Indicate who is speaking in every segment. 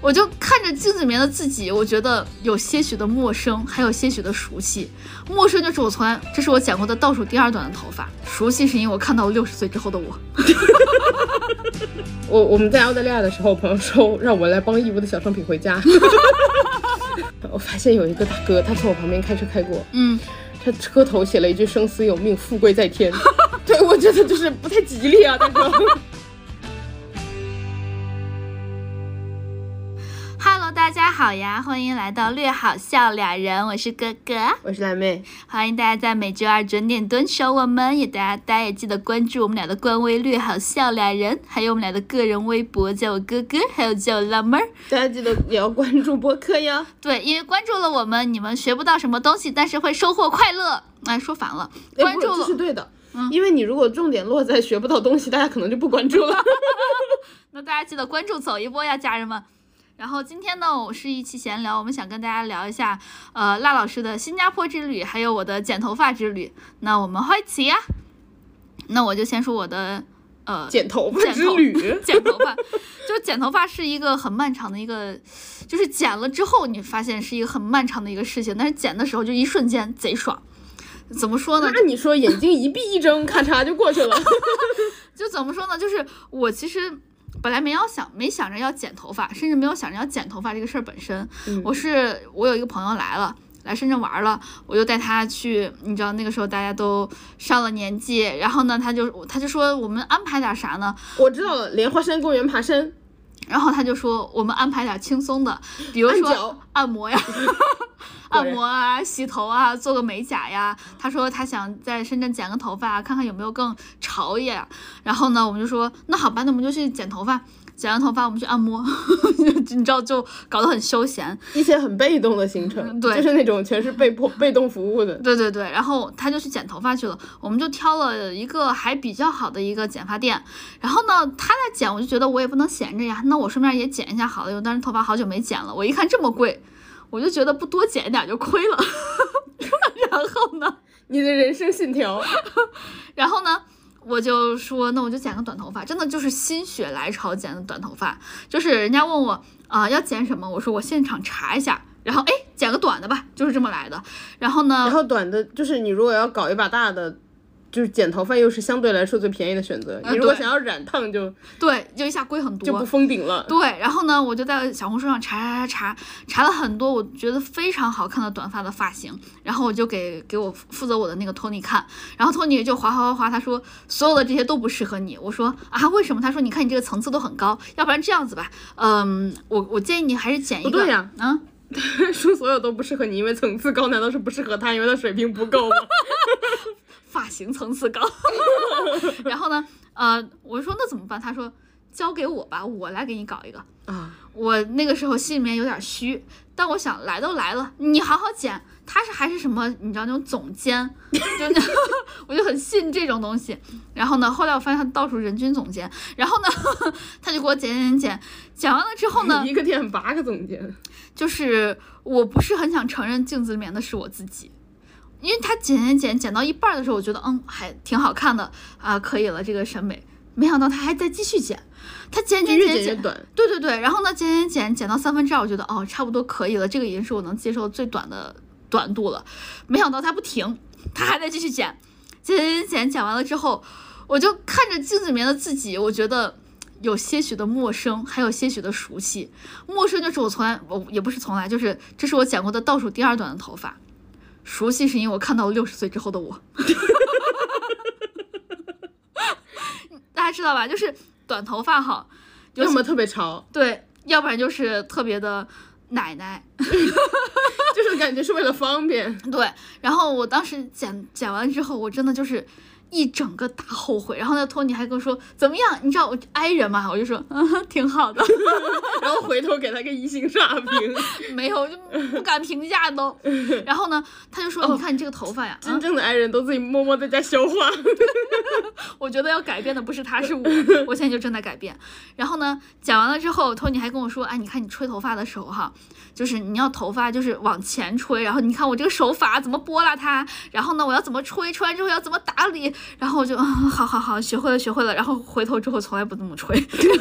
Speaker 1: 我就看着镜子里面的自己，我觉得有些许的陌生，还有些许的熟悉。陌生就是我从来，这是我剪过的倒数第二短的头发；熟悉是因为我看到了六十岁之后的我。
Speaker 2: 我我们在澳大利亚的时候，朋友说让我来帮义乌的小商品回家。 我发现有一个大哥，他从我旁边开车开过，
Speaker 1: 嗯，
Speaker 2: 他车头写了一句“生死有命，富贵在天”对，我觉得就是不太吉利啊，大哥。
Speaker 1: Hello，大家好呀，欢迎来到略好笑俩人，我是哥哥，
Speaker 2: 我是蓝妹，
Speaker 1: 欢迎大家在每周二准点蹲守我们，也大家大家也记得关注我们俩的官微“略好笑俩人”，还有我们俩的个人微博，叫我哥哥，还有叫我浪妹儿。
Speaker 2: 大家记得也要关注播客哟。
Speaker 1: 对，因为关注了我们，你们学不到什么东西，但是会收获快乐。哎，说反了，
Speaker 2: 哎
Speaker 1: 关
Speaker 2: 不
Speaker 1: 注嗯
Speaker 2: 这是
Speaker 1: 了，
Speaker 2: 对的。因为你如果重点落在学不到东西，大家可能就不关注了。
Speaker 1: 那大家记得关注走一波呀，家人们。然后今天呢，我是一期闲聊，我们想跟大家聊一下，呃，辣老师的新加坡之旅，还有我的剪头发之旅。那我们开启呀。那我就先说我的，呃，
Speaker 2: 剪头发
Speaker 1: 剪
Speaker 2: 之
Speaker 1: 头，
Speaker 2: 旅
Speaker 1: 剪头发，就是剪头发是一个很漫长的一个，就是剪了之后你发现是一个很漫长的一个事情，但是剪的时候就一瞬间贼爽。怎么说呢？
Speaker 2: 那你说眼睛一闭一睁，咔嚓就过去了。
Speaker 1: 就怎么说呢？就是我其实本来没要想，没想着要剪头发，甚至没有想着要剪头发这个事儿本身。
Speaker 2: 嗯
Speaker 1: 我是我有一个朋友来了。来深圳玩了，我就带他去。你知道那个时候大家都上了年纪，然后呢，他就他就说我们安排点啥呢？
Speaker 2: 我知道了，莲花山公园爬山，
Speaker 1: 然后他就说我们安排点轻松的，比如
Speaker 2: 按脚
Speaker 1: 说按摩呀，
Speaker 2: 果然
Speaker 1: 按摩啊，洗头啊，做个美甲呀。他说他想在深圳剪个头发，看看有没有更潮一点儿。然后呢，我们就说那好吧，那我们就去剪头发。剪完头发，我们去按摩， 你知道就搞得很休闲。
Speaker 2: 一些很被动的行程，
Speaker 1: 嗯对
Speaker 2: 就是那种全是被迫被动服务的。
Speaker 1: 对对对，然后他就去剪头发去了，我们就挑了一个还比较好的一个剪发店。然后呢，他在剪，我就觉得我也不能闲着呀，那我顺便也剪一下好了，因为当时头发好久没剪了。我一看这么贵，我就觉得不多剪一点就亏了。 然后呢，
Speaker 2: 你的人生信条，
Speaker 1: 然后呢，我就说，那我就剪个短头发，真的就是心血来潮剪的短头发。就是人家问我啊、要剪什么，我说我现场查一下，然后哎剪个短的吧，就是这么来的。然后呢
Speaker 2: 然，后短的，就是你如果要搞一把大的，就是剪头发又是相对来说最便宜的选择。
Speaker 1: 啊
Speaker 2: 你如果
Speaker 1: 对
Speaker 2: 想要染烫就，就
Speaker 1: 对，就一下贵很多，
Speaker 2: 不封顶了。
Speaker 1: 对，然后呢，我就在小红书上查查查查，查了很多我觉得非常好看的短发的发型，然后我就给给我负责我的那个托尼看，然后托尼就划划划划，他说所有的这些都不适合你。我说啊，为什么？他说你看你这个层次都很高，要不然这样子吧，嗯，我我建议你还是剪一个。
Speaker 2: 不对呀
Speaker 1: 嗯，
Speaker 2: 说所有都不适合你，因为层次高，难道是不适合他，因为他水平不够吗？
Speaker 1: 发型层次高。 然后呢，呃，我说那怎么办？他说交给我吧，我来给你搞一个。
Speaker 2: 啊，
Speaker 1: 我那个时候心里面有点虚，但我想来都来了，你好好剪。他是还是什么，你知道那种总监，就那 我就很信这种东西。然后呢，后来我发现他倒数人均总监，然后呢， 他就给我剪剪剪剪，剪完了之后 呢，
Speaker 2: 一个店八个总监，
Speaker 1: 就是我不是很想承认镜子里面的是我自己，因为他剪剪剪剪到一半儿的时候，我觉得嗯还挺好看的啊，可以了这个审美。没想到他还在继续剪，他剪
Speaker 2: 就
Speaker 1: 剪
Speaker 2: 越
Speaker 1: 剪
Speaker 2: 剪越短。
Speaker 1: 对对对，然后呢，剪剪剪剪到三分之二，我觉得哦，差不多可以了，这个已经是我能接受最短的短度了。没想到它不停，它还在继续剪，剪剪剪剪剪完了之后，我就看着镜子里面的自己，我觉得有些许的陌生，还有些许的熟悉。陌生就是我从来，我也不是从来，就是这是我剪过的倒数第二短的头发。熟悉是因为我看到了六十岁之后的我。 大家知道吧？就是短头发好，尤
Speaker 2: 要
Speaker 1: 其
Speaker 2: 么特别潮，
Speaker 1: 对，要不然就是特别的奶奶。
Speaker 2: 就是感觉是为了方便。
Speaker 1: 对，然后我当时剪剪完之后，我真的就是一整个大后悔。然后那托尼还跟我说怎么样？你知道我 i 人嘛，我就说嗯哼，挺好的，
Speaker 2: 然后回头给他个一星差评。
Speaker 1: 没有就不敢评价都。然后呢，他就说你看你这个头发呀，
Speaker 2: 真
Speaker 1: 嗯，
Speaker 2: 正的爱人都自己默默在家消化。
Speaker 1: 我觉得要改变的不是他，是我，我现在就正在改变。然后呢，剪完了之后，托尼还跟我说，哎，你看你吹头发的时候哈，就是你要头发就是往前吹，然后你看我这个手法怎么拨拉它，然后呢，我要怎么吹，吹完之后要怎么打理，然后我就嗯， 好好好，学会了学 会了，然后回头之后从来不这么吹，因为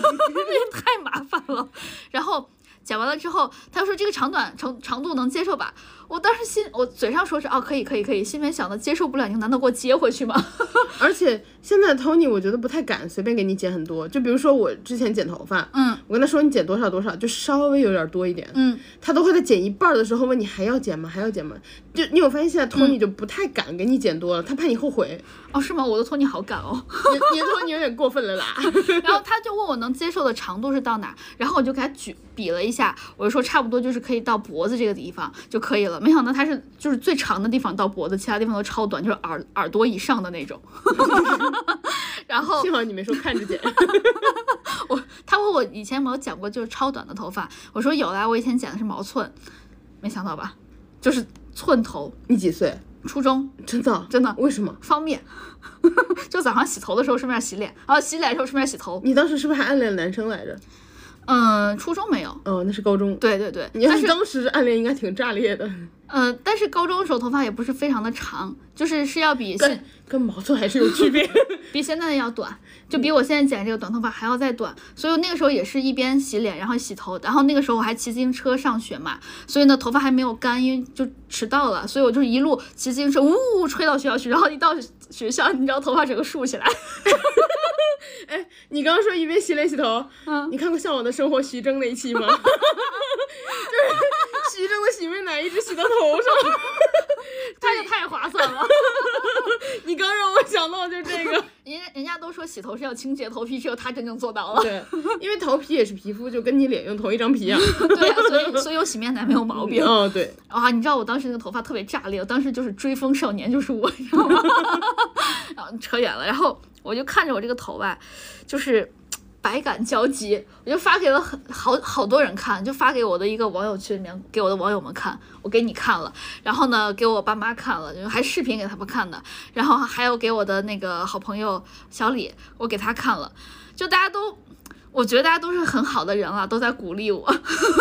Speaker 1: 太麻烦了。然后。剪剪完了之后，他说这个长短长长度能接受吧？我当时心我嘴上说是哦可以可以可以，心里面想的接受不了，你难道给我接回去吗？
Speaker 2: 而且现在 Tony 我觉得不太敢随便给你剪很多，就比如说我之前剪头发，
Speaker 1: 嗯
Speaker 2: 我跟他说你剪多少多少，就稍微有点多一点，
Speaker 1: 嗯，
Speaker 2: 他都会在剪一半儿的时候问你还要剪吗？还要剪吗？就你有发现现在 Tony 就不太敢给你剪多了，他怕你后 悔。
Speaker 1: 哦是吗？我的托尼好感哦。
Speaker 2: 你你 Tony 有点过分了啦。
Speaker 1: 然后他就问我能接受的长度是到哪儿，然后我就给他举比了一下，我就说差不多就是可以到脖子这个地方就可以了。没想到他是就是最长的地方到脖子，其他地方都超短，就是耳耳朵以上的那种。然后
Speaker 2: 幸好你没说看着剪，
Speaker 1: 他问我以前有没有剪过就是超短的头发，我说有啦，我以前剪的是毛寸，没想到吧，就是寸头，
Speaker 2: 你几岁？
Speaker 1: 初中
Speaker 2: 真的
Speaker 1: 真的
Speaker 2: 为什么？
Speaker 1: 方便， 就早上洗头的时候顺便洗脸，然后洗脸的时候顺便洗头。
Speaker 2: 你当时是不是还暗恋男生来着？
Speaker 1: 嗯，初中没有。
Speaker 2: 哦，那是高中。
Speaker 1: 对对对，
Speaker 2: 你要
Speaker 1: 但
Speaker 2: 是
Speaker 1: 是
Speaker 2: 当时暗恋，应该挺炸裂的。
Speaker 1: 呃，但是高中的时候头发也不是非常的长，就是是要比
Speaker 2: 跟
Speaker 1: 现
Speaker 2: 跟毛寸还是有区 别。
Speaker 1: 比现在的要短，就比我现在剪这个短头发还要再短。所以我那个时候也是一边洗脸，然后洗头，然后那个时候我还骑自行车上学嘛，所以呢头发还没有干，因为就迟到了，所以我就是一路骑自行车呜吹到学校去，然后一到学校，你知道头发整个竖起来，
Speaker 2: 你刚刚说一边洗脸洗头，
Speaker 1: 嗯
Speaker 2: 你看过《向往的生活》徐峥那一期 吗？就是徐峥的洗面奶一直洗到头上，
Speaker 1: 这个太划算了。
Speaker 2: 你刚让我想到就这个。
Speaker 1: 人家人家都说洗头是要清洁头皮，只有他真正做到了。
Speaker 2: 对，因为头皮也是皮肤，就跟你脸用同一张皮 啊。
Speaker 1: 对呀、所以所以我洗面奶没有毛病。
Speaker 2: 哦，对，
Speaker 1: 啊，你知道我当时那个头发特别炸裂，我当时就是追风少年，就是我， 你知道吗？然后扯远了，然后我就看着我这个头发，就是百感交集，我就发给了很好好多人看，就发给我的一个网友群里面，给我的网友们看，我给你看了，然后呢给我爸妈看了，就还视频给他们看的，然后还有给我的那个好朋友小李，我给他看了，就大家都。我觉得大家都是很好的人了，都在鼓励我，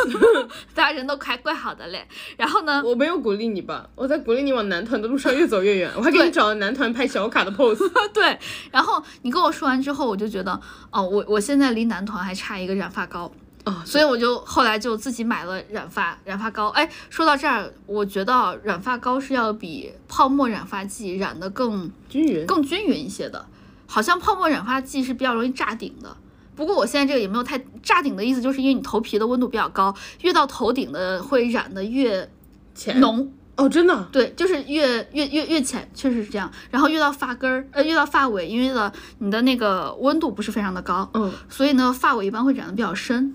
Speaker 1: 大家人都还怪好的嘞。然后呢，
Speaker 2: 我没有鼓励你吧，我在鼓励你往男团的路上越走越远，我还给你
Speaker 1: 对
Speaker 2: 找了男团拍小卡的 pose。
Speaker 1: 对，然后你跟我说完之后，我就觉得，哦，我我现在离男团还差一个染发膏，
Speaker 2: 啊
Speaker 1: 所以我就后来就自己买了染发染发膏。哎，说到这儿，我觉得啊染发膏是要比泡沫染发剂染的更
Speaker 2: 均匀，
Speaker 1: 更均匀一些的，好像泡沫染发剂是比较容易炸顶的。不过我现在这个也没有太炸顶的意思，就是因为你头皮的温度比较高，越到头顶的会染的越
Speaker 2: 浅
Speaker 1: 浓，
Speaker 2: 哦，真的
Speaker 1: 对，就是越越越越浅，确实是这样。然后越到发根儿，呃，越到发尾，因为呢，你的那个温度不是非常的高，
Speaker 2: 嗯
Speaker 1: 所以呢，发尾一般会染得比较深，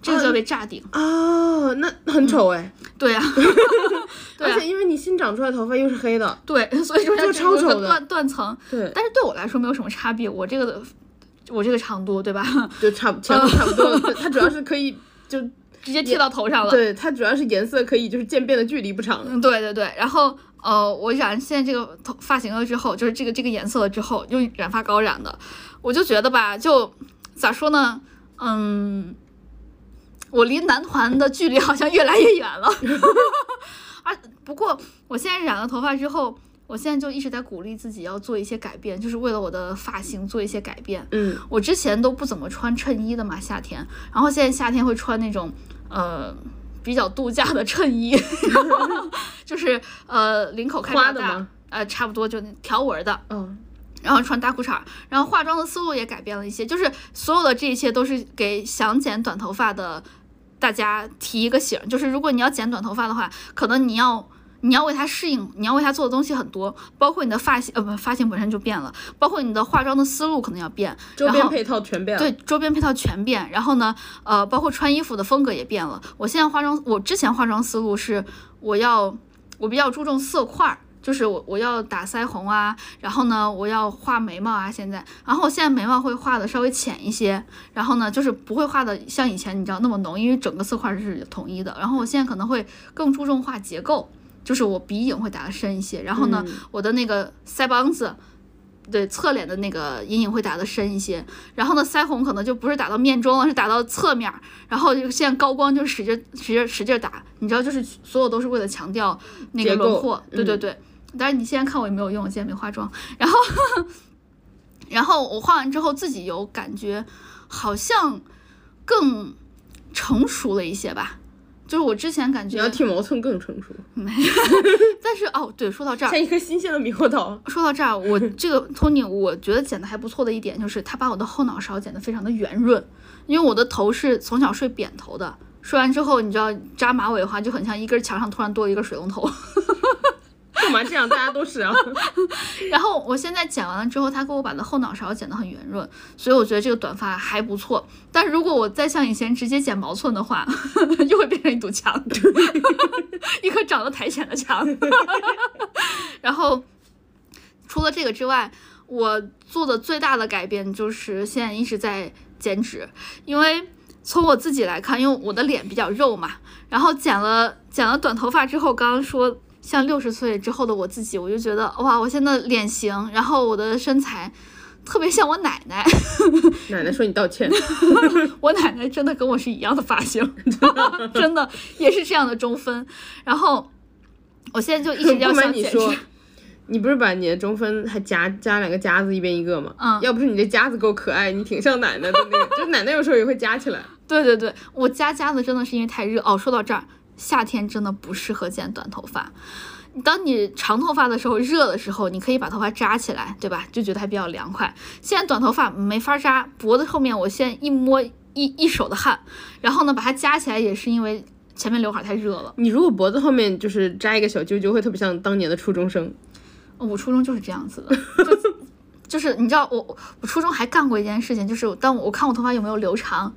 Speaker 1: 这个
Speaker 2: 啊
Speaker 1: 叫被炸顶。
Speaker 2: 啊，那很丑哎，
Speaker 1: 对啊， 对
Speaker 2: 而
Speaker 1: 啊
Speaker 2: 且因为你新长出来头发又是黑的，
Speaker 1: 对，所以中
Speaker 2: 这个
Speaker 1: 间
Speaker 2: 超
Speaker 1: 有一
Speaker 2: 丑
Speaker 1: 个
Speaker 2: 的
Speaker 1: 断断层，
Speaker 2: 对，
Speaker 1: 但是对我来说没有什么差别，我这个的我这个长度，对吧？
Speaker 2: 就差不前后差不多 了。它它主要是可以就
Speaker 1: 直接贴到头上了。
Speaker 2: 对，它主要是颜色可以就是渐变的距离不长。
Speaker 1: 嗯，对对对，然后呃，我染现在这个头发型了之后，就是这个这个颜色了之后，用染发膏染的，我就觉得吧，就咋说呢，嗯，我离男团的距离好像越来越远了。 啊，不过我现在染了头发之后，我现在就一直在鼓励自己要做一些改变，就是为了我的发型做一些改变。
Speaker 2: 嗯，
Speaker 1: 我之前都不怎么穿衬衣的嘛，夏天，然后现在夏天会穿那种呃比较度假的衬衣， 就是呃领口开比较
Speaker 2: 花的
Speaker 1: 大
Speaker 2: 吗，
Speaker 1: 呃差不多就那条纹儿的，
Speaker 2: 哦，
Speaker 1: 然后穿大裤衩儿，然后化妆的思路也改变了一些，就是所有的这一切都是给想剪短头发的大家提一个醒儿，就是如果你要剪短头发的话，可能你要。你要为它适应，你要为它做的东西很多，包括你的发型，呃，不，发型本身就变了，包括你的化妆的思路可能要变，
Speaker 2: 周
Speaker 1: 然
Speaker 2: 边
Speaker 1: 后
Speaker 2: 配套全变了。
Speaker 1: 对，周边配套全变。然后呢，呃，包括穿衣服的风格也变了。我现在化妆，我之前化妆思路是我要我比较注重色块儿。就是我我要打腮红啊，然后呢，我要画眉毛啊。现在，然后我现在眉毛会画的稍微浅一些，然后呢，就是不会画的像以前你知道那么浓，因为整个色块是统一的。然后我现在可能会更注重画结构，就是我鼻影会打的深一些，然后呢，
Speaker 2: 嗯
Speaker 1: 我的那个腮帮子，对侧脸的那个阴影会打的深一些，然后呢，腮红可能就不是打到面中了，是打到侧面儿，然后就现在高光就使劲使劲使劲打，你知道，就是所有都是为了强调那个
Speaker 2: 结构
Speaker 1: 轮廓，对对
Speaker 2: 嗯
Speaker 1: 对。但是你现在看我也没有用，我现在没化妆，然后然后我画完之后自己有感觉，好像更。成成熟了一些吧。就是我之前感
Speaker 2: 你
Speaker 1: 觉
Speaker 2: 要剃毛寸更成熟，
Speaker 1: 没有，但是哦，对，说到这儿
Speaker 2: 像，一颗新鲜的猕猴桃。
Speaker 1: 说到这儿，我这个 Tony 我觉得剪的还不错的一点就是他把我的后脑勺剪得非常的圆润，因为我的头是从小睡扁头的，睡完之后你知道扎马尾的话就很像一根墙上突然多了一个水龙头。
Speaker 2: 干嘛这样？大家都是 啊。
Speaker 1: 然后我现在剪完了之后，他给我把的后脑勺剪得很圆润，所以我觉得这个短发还不错。但如果我再像以前直接剪毛寸的话， 又会变成一堵墙， 一颗长了苔藓的墙。 然后除了这个之外，我做的最大的改变就是现在一直在减脂，因为从我自己来看，因为我的脸比较肉嘛，然后剪了剪了短头发之后，刚刚说像六十岁之后的我自己，我就觉得哇，我现在脸型，然后我的身材。特别像我奶奶，
Speaker 2: 奶奶说你道歉，
Speaker 1: 我奶奶真的跟我是一样的发型， 真的也是这样的中分。然后我现在就一直要
Speaker 2: 不瞒
Speaker 1: 想
Speaker 2: 你
Speaker 1: 减
Speaker 2: 说
Speaker 1: 脂，，
Speaker 2: 你不是把你的中分还夹夹两个夹子，一边一个吗？
Speaker 1: 嗯
Speaker 2: 要不是你这夹子够可爱，你挺像奶奶的那个，就奶奶有时候也会夹起 来。
Speaker 1: 对对对，我夹夹子真的是因为太热哦。说到这儿，夏天真的不适合剪短头发。当你长头发的时候，热的时候，你可以把头发扎起来，对吧？就觉得还比较凉快。现在短头发没法扎，脖子后面我现在一摸一一手的汗，然后呢，把它夹起来也是因为前面刘海太热了。
Speaker 2: 你如果脖子后面就是扎一个小揪揪，会特别像当年的初中生。
Speaker 1: 哦我初中就是这样子的，就就是你知道我我初中还干过一件事情，就是当我看我头发有没有留长，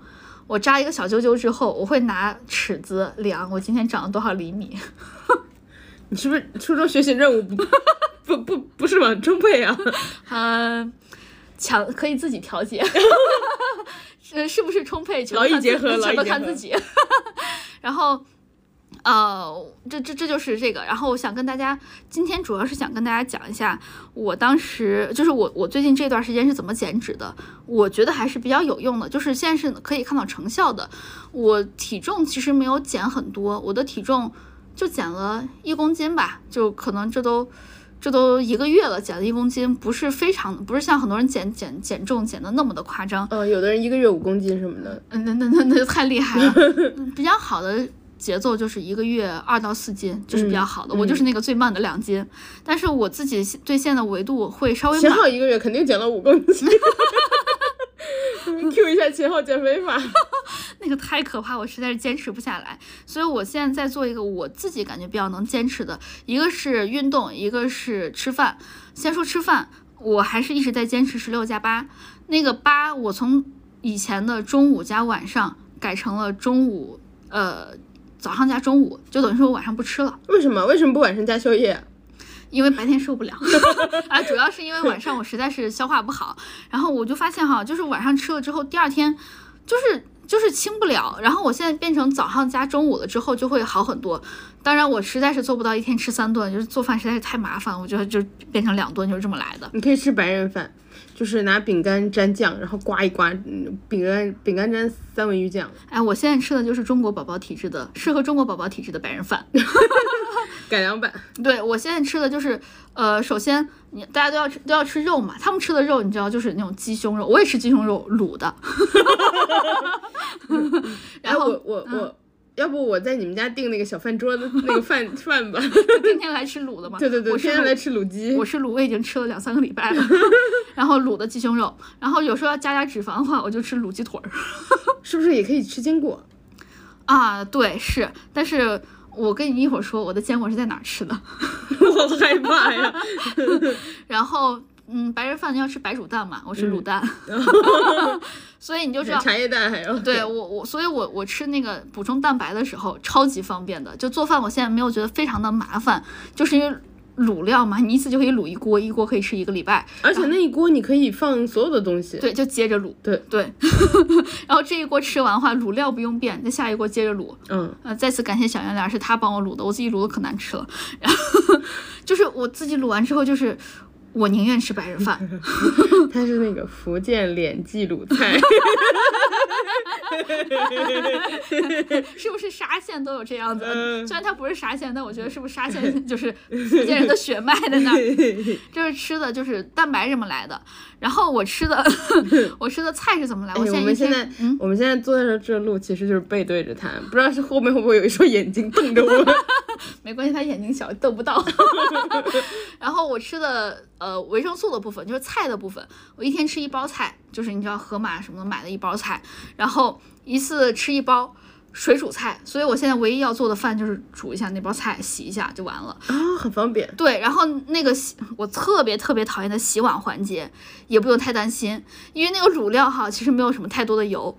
Speaker 1: 我扎一个小揪揪之后，我会拿尺子量我今天长了多少厘米。
Speaker 2: 你是不是初中学习任务不 不不不是往中配啊？
Speaker 1: 嗯，强可以自己调 节，是是不是充沛？全
Speaker 2: 劳
Speaker 1: 都
Speaker 2: 逸
Speaker 1: 看自
Speaker 2: 结合劳
Speaker 1: 全
Speaker 2: 逸
Speaker 1: 都
Speaker 2: 结
Speaker 1: 看
Speaker 2: 合
Speaker 1: 自己。 然后，呃，这这这就是这个。然后我想跟大家，今天主要是想跟大家讲一下，我当时就是我我最近这段时间是怎么减脂的。我觉得还是比较有用的，就是现在是可以看到成效的。我体重其实没有减很多，我的体重就减了一公斤吧，就可能这都这都一个月了，减了一公斤，不是非常不是像很多人减减减重减的那么的夸张，
Speaker 2: 嗯，有的人一个月五公斤什么的，
Speaker 1: 嗯，那那那那就太厉害了。嗯比较好的节奏就是一个月二到四斤，就是比较好的。我就是那个最慢的两斤，但是我自己现对现在的维度我会 稍微
Speaker 2: 秦
Speaker 1: 慢。
Speaker 2: 昊一个月肯定减了五公斤。Q 一下秦昊减肥法，
Speaker 1: 那个太可怕，我实在是坚持不下来。所以我现在在做一个我自己感觉比较能坚持的，一个是运动，一个是吃饭。先说吃饭，我还是一直在坚持十六加八。那个八，我从以前的中午加晚上改成了中午，呃，早上加中午，就等于说我晚上不吃了。
Speaker 2: 为什么？为什么不晚上加宵夜啊？
Speaker 1: 因为白天受不了 啊，主要是因为晚上我实在是消化不好，然后我就发现哈，就是晚上吃了之后，第二天就是就是清不了，然后我现在变成早上加中午了之后就会好很多。当然，我实在是做不到一天吃三顿，就是做饭实在是太麻烦，我觉得就变成两顿就是这么来的。
Speaker 2: 你可以吃白人饭，就是拿饼干沾酱，然后刮一刮，嗯，饼干饼干沾三文鱼酱，
Speaker 1: 哎，我现在吃的就是中国宝宝体质的，适合中国宝宝体质的白人饭。
Speaker 2: 改良版。
Speaker 1: 对我现在吃的就是，呃，首先你大家都要吃都要吃肉嘛，他们吃的肉你知道就是那种鸡胸肉，我也吃鸡胸肉卤的。 然
Speaker 2: 哎
Speaker 1: 后嗯
Speaker 2: 我我我，要不我在你们家订那个小饭桌的那个饭 饭吧？
Speaker 1: 就天天来吃卤的嘛，
Speaker 2: 对对对，
Speaker 1: 我吃
Speaker 2: 天天来
Speaker 1: 卤，
Speaker 2: 吃卤鸡
Speaker 1: 我。吃卤，我已经吃了两三个礼拜了。 然后卤的鸡胸肉，然后有时候要加加脂肪的话，我就吃卤鸡腿儿。
Speaker 2: 是不是也可以吃坚果？
Speaker 1: 啊，对，是，但是我跟你一会儿说我的坚果是在哪儿吃的。
Speaker 2: 我好害怕呀！
Speaker 1: 然后，嗯，白人饭要吃白煮蛋嘛，我吃
Speaker 2: 嗯
Speaker 1: 卤蛋， 所以你就知道
Speaker 2: 茶叶蛋还要
Speaker 1: 对我我，所以我我吃那个补充蛋白的时候超级方便的，就做饭我现在没有觉得非常的麻烦，就是因为卤料嘛，你一次就可以卤一锅，一锅可以吃一个礼拜，
Speaker 2: 而且那一锅你可以放所有的东西。嗯
Speaker 1: 对，就接着卤，
Speaker 2: 对
Speaker 1: 对， 然后这一锅吃完的话，卤料不用变，再下一锅接着卤。
Speaker 2: 嗯，
Speaker 1: 呃，再次感谢小圆脸，是 他帮我卤的，我自己卤的可难吃了。然后就是我自己卤完之后，就是我宁愿吃白人 饭。嗯
Speaker 2: 它是那个福建脸记鲁菜，
Speaker 1: 是不是沙县都有这样子？
Speaker 2: 嗯
Speaker 1: 虽然它不是沙县，但我觉得是不是沙 县就是福建人的血脉在那儿？这是吃的，就是蛋白怎么来的？然后我吃 的，我吃的菜是怎么来？
Speaker 2: 哎，我
Speaker 1: 现在
Speaker 2: 们
Speaker 1: 一
Speaker 2: 现
Speaker 1: 天
Speaker 2: 在、
Speaker 1: 嗯，
Speaker 2: 我们现在坐在这儿这录，其实就是背对着他，不知道是后面会不会有一双眼睛瞪 着我们。
Speaker 1: 没关系，他眼睛小，瞪不 到。然后我吃的呃维生素的部分，就是菜的部分，我一天吃一包菜，就是你知道盒马什么的买的一包菜，然后一次吃一包。水煮菜，所以我现在唯一要做的饭就是煮一下那包菜，洗一下就完了。
Speaker 2: 啊、很方便。
Speaker 1: 对，然后那个洗我特别特别讨厌的洗碗环节，也不用太担心，因为那个乳料哈，其实没有什么太多的油，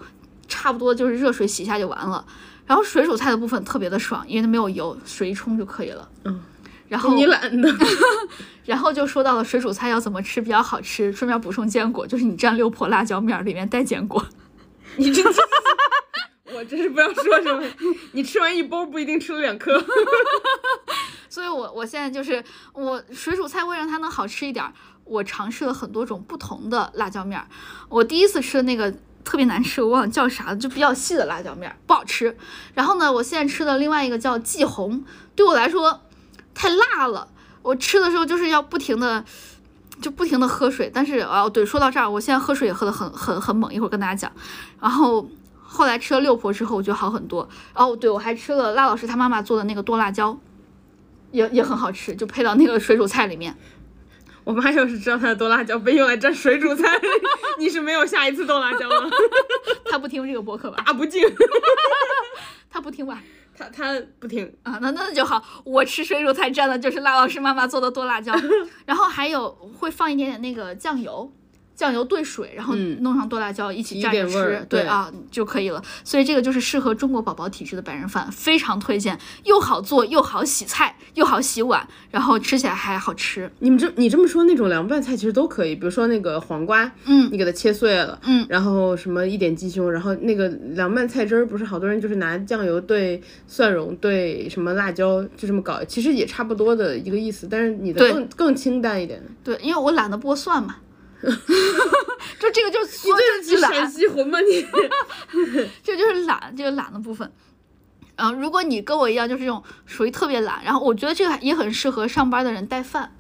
Speaker 1: 差不多就是热水洗一下就完了。然后水煮菜的部分特别的爽，因为它没有油，水一冲就可以了。
Speaker 2: 嗯，
Speaker 1: 然后
Speaker 2: 你懒
Speaker 1: 哦
Speaker 2: 的，
Speaker 1: 然后就说到了水煮菜要怎么吃比较好吃，顺便补充坚果，就是你蘸六婆辣椒面儿，里面带坚果。
Speaker 2: 你真是，我真是不知道说什么。你吃完一包不一定吃了两颗。
Speaker 1: 所以我我现在就是我水煮菜为了让它能好吃一点儿，我尝试了很多种不同的辣椒面儿。我第一次吃的那个特别难吃，我忘了叫啥了，就比较细的辣椒面儿不好吃。然后呢，我现在吃的另外一个叫霁红，对我来说太辣了，我吃的时候就是要不停的。就不停的喝水，但是哦，对，说到这儿，我现在喝水也喝的很很很猛，一会儿跟大家讲。然后后来吃了六婆之后，我觉得好很多。哦，对，我还吃了辣老师他妈妈做的那个剁辣椒，也也很好吃，就配到那个水煮菜里面。
Speaker 2: 我妈要是知道她的剁辣椒被用来蘸水煮菜， 你是没有下一次剁辣椒了，
Speaker 1: 他不听这个播客吧？
Speaker 2: 大不敬。
Speaker 1: 他不听吧？
Speaker 2: 她她不听，
Speaker 1: 啊，那那就好。我吃水煮菜蘸的就是辣老师妈妈做的剁辣 椒，然后还有会放一点点那个酱油，酱油兑水，然后
Speaker 2: 嗯
Speaker 1: 弄上剁辣椒一起
Speaker 2: 提
Speaker 1: 蘸
Speaker 2: 点
Speaker 1: 着
Speaker 2: 味
Speaker 1: 吃，
Speaker 2: 儿
Speaker 1: 对
Speaker 2: 对
Speaker 1: 啊就可以了。所以这个就是适合中国宝宝体质的白人饭，非常推荐，又好做又好洗菜，又好洗碗，然后吃起来还好吃。
Speaker 2: 你们这你这么说，那种凉拌菜其实都可以，比如说那个黄瓜，
Speaker 1: 嗯
Speaker 2: 你给它切碎了，
Speaker 1: 嗯
Speaker 2: 然后什么一点鸡胸，然后那个凉拌菜汁儿，不是好多人就是拿酱油兑蒜蓉兑什么辣椒，就这么搞，其实也差不多的一个意思，但是你的
Speaker 1: 对
Speaker 2: 更更清淡一点。
Speaker 1: 对，因为我懒得剥蒜嘛。 就这个就说这就
Speaker 2: 对得起
Speaker 1: 懒，
Speaker 2: 陕西魂吧你？
Speaker 1: 这就是懒，这个懒的部分。嗯，如果你跟我一样，就是这种属于特别懒，然后我觉得这个也很适合上班的人带饭，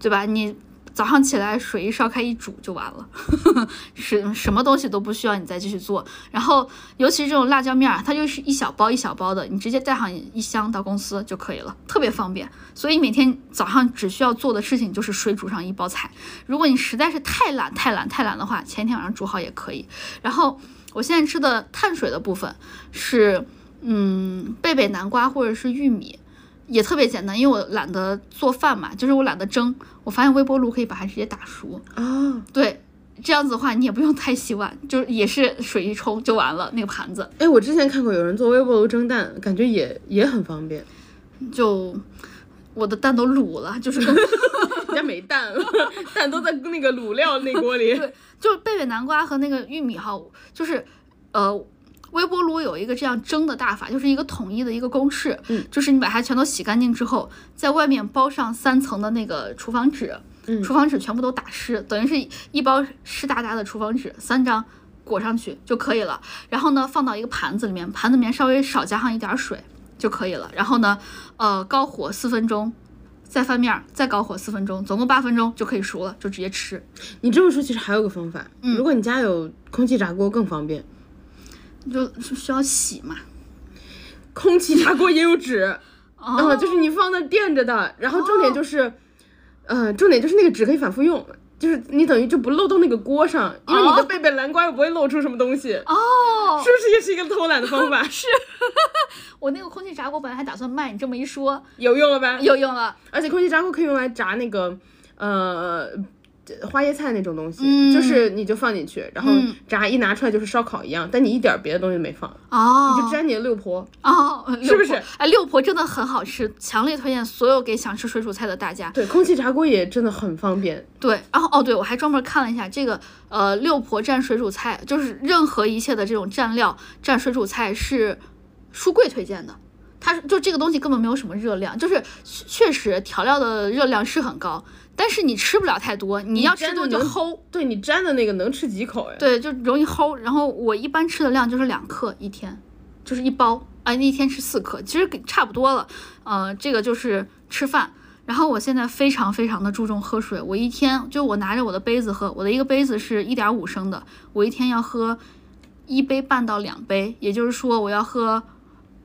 Speaker 1: 对吧？你早上起来水一烧开一煮就完了， 什什么东西都不需要你再继续做。然后尤其是这种辣椒面儿，它就是一小包一小包的，你直接带上一箱到公司就可以了，特别方便。所以每天早上只需要做的事情就是水煮上一包菜。如果你实在是太懒太懒太懒的话，前一天晚上煮好也可以。然后我现在吃的碳水的部分是，嗯，贝贝南瓜或者是玉米，也特别简单，因为我懒得做饭嘛，就是我懒得蒸。我发现微波炉可以把它直接打熟，
Speaker 2: 啊，
Speaker 1: 对，这样子的话你也不用太洗碗，就是也是水一冲就完了，那个盘子
Speaker 2: 哎，我之前看过有人做微波炉蒸蛋，感觉也也很方便。
Speaker 1: 就。我的蛋都卤了，就是跟
Speaker 2: 人家没蛋了， 蛋都在那个卤料那锅里。
Speaker 1: 就是贝贝南瓜和那个玉米哈，就是呃，微波炉有一个这样蒸的大法，就是一个统一的一个公式，
Speaker 2: 嗯
Speaker 1: 就是你把它全都洗干净之后，在外面包上三层的那个厨房纸，
Speaker 2: 嗯
Speaker 1: 厨房纸全部都打湿，等于是一包湿哒哒的厨房纸，三张裹上去就可以了。然后呢，放到一个盘子里面，盘子里面稍微少加上一点儿水就可以了。然后呢，呃，高火四分钟。再翻面儿，再高火四分钟，总共八分钟就可以熟了，就直接吃。
Speaker 2: 你这么说，其实还有个方法，如果你家有空气炸锅更方便。
Speaker 1: 就是需要洗嘛。
Speaker 2: 空气炸锅也有纸，
Speaker 1: 哦，
Speaker 2: 啊，就是你放那垫着的。然后重点就是，呃，重点就是那个纸可以反复用，就是你等于就不漏到那个锅上，因为你的
Speaker 1: 哦
Speaker 2: 贝贝南瓜又不会漏出什么东西。
Speaker 1: 哦，
Speaker 2: 是不是也是一个偷懒的 方法？
Speaker 1: 我那个空气炸锅本来还打算卖，你这么一说
Speaker 2: 有用了吧？
Speaker 1: 有用啊了。
Speaker 2: 而且空气炸锅可以用来炸那个，呃，花椰菜那种东西，
Speaker 1: 嗯
Speaker 2: 就是你就放进去，然后
Speaker 1: 嗯
Speaker 2: 炸，一拿出来就是烧烤一样，但你一点别的东西没放，
Speaker 1: 哦，
Speaker 2: 你就沾你的六婆。
Speaker 1: 哦，
Speaker 2: 是
Speaker 1: 六
Speaker 2: 不
Speaker 1: 婆
Speaker 2: 是？
Speaker 1: 哎，六婆真的很好吃，强烈推荐所有给想吃水煮菜的大家。
Speaker 2: 对，空气炸锅也真的很方便。
Speaker 1: 对，然后哦，对，我还专门看了一下这个，呃，六婆蘸水煮菜，就是任何一切的这种蘸料蘸水煮菜是书柜推荐的，他就这个东西根本没有什么热量，就是确确实调料的热量是很高，但是你吃不了太多，你要吃
Speaker 2: 真的
Speaker 1: 多就
Speaker 2: 能
Speaker 1: 齁。
Speaker 2: 对你沾的那个能吃几口哎？
Speaker 1: 对，就容易齁。然后我一般吃的量就是两克一天，就是一包，哎，那一天吃四克，其实给差不多了。呃，这个就是吃饭。然后我现在非常非常的注重喝水，我一天就我拿着我的杯子喝，我的一个杯子是一点五升的，我一天要喝一杯半到两杯，也就是说我要喝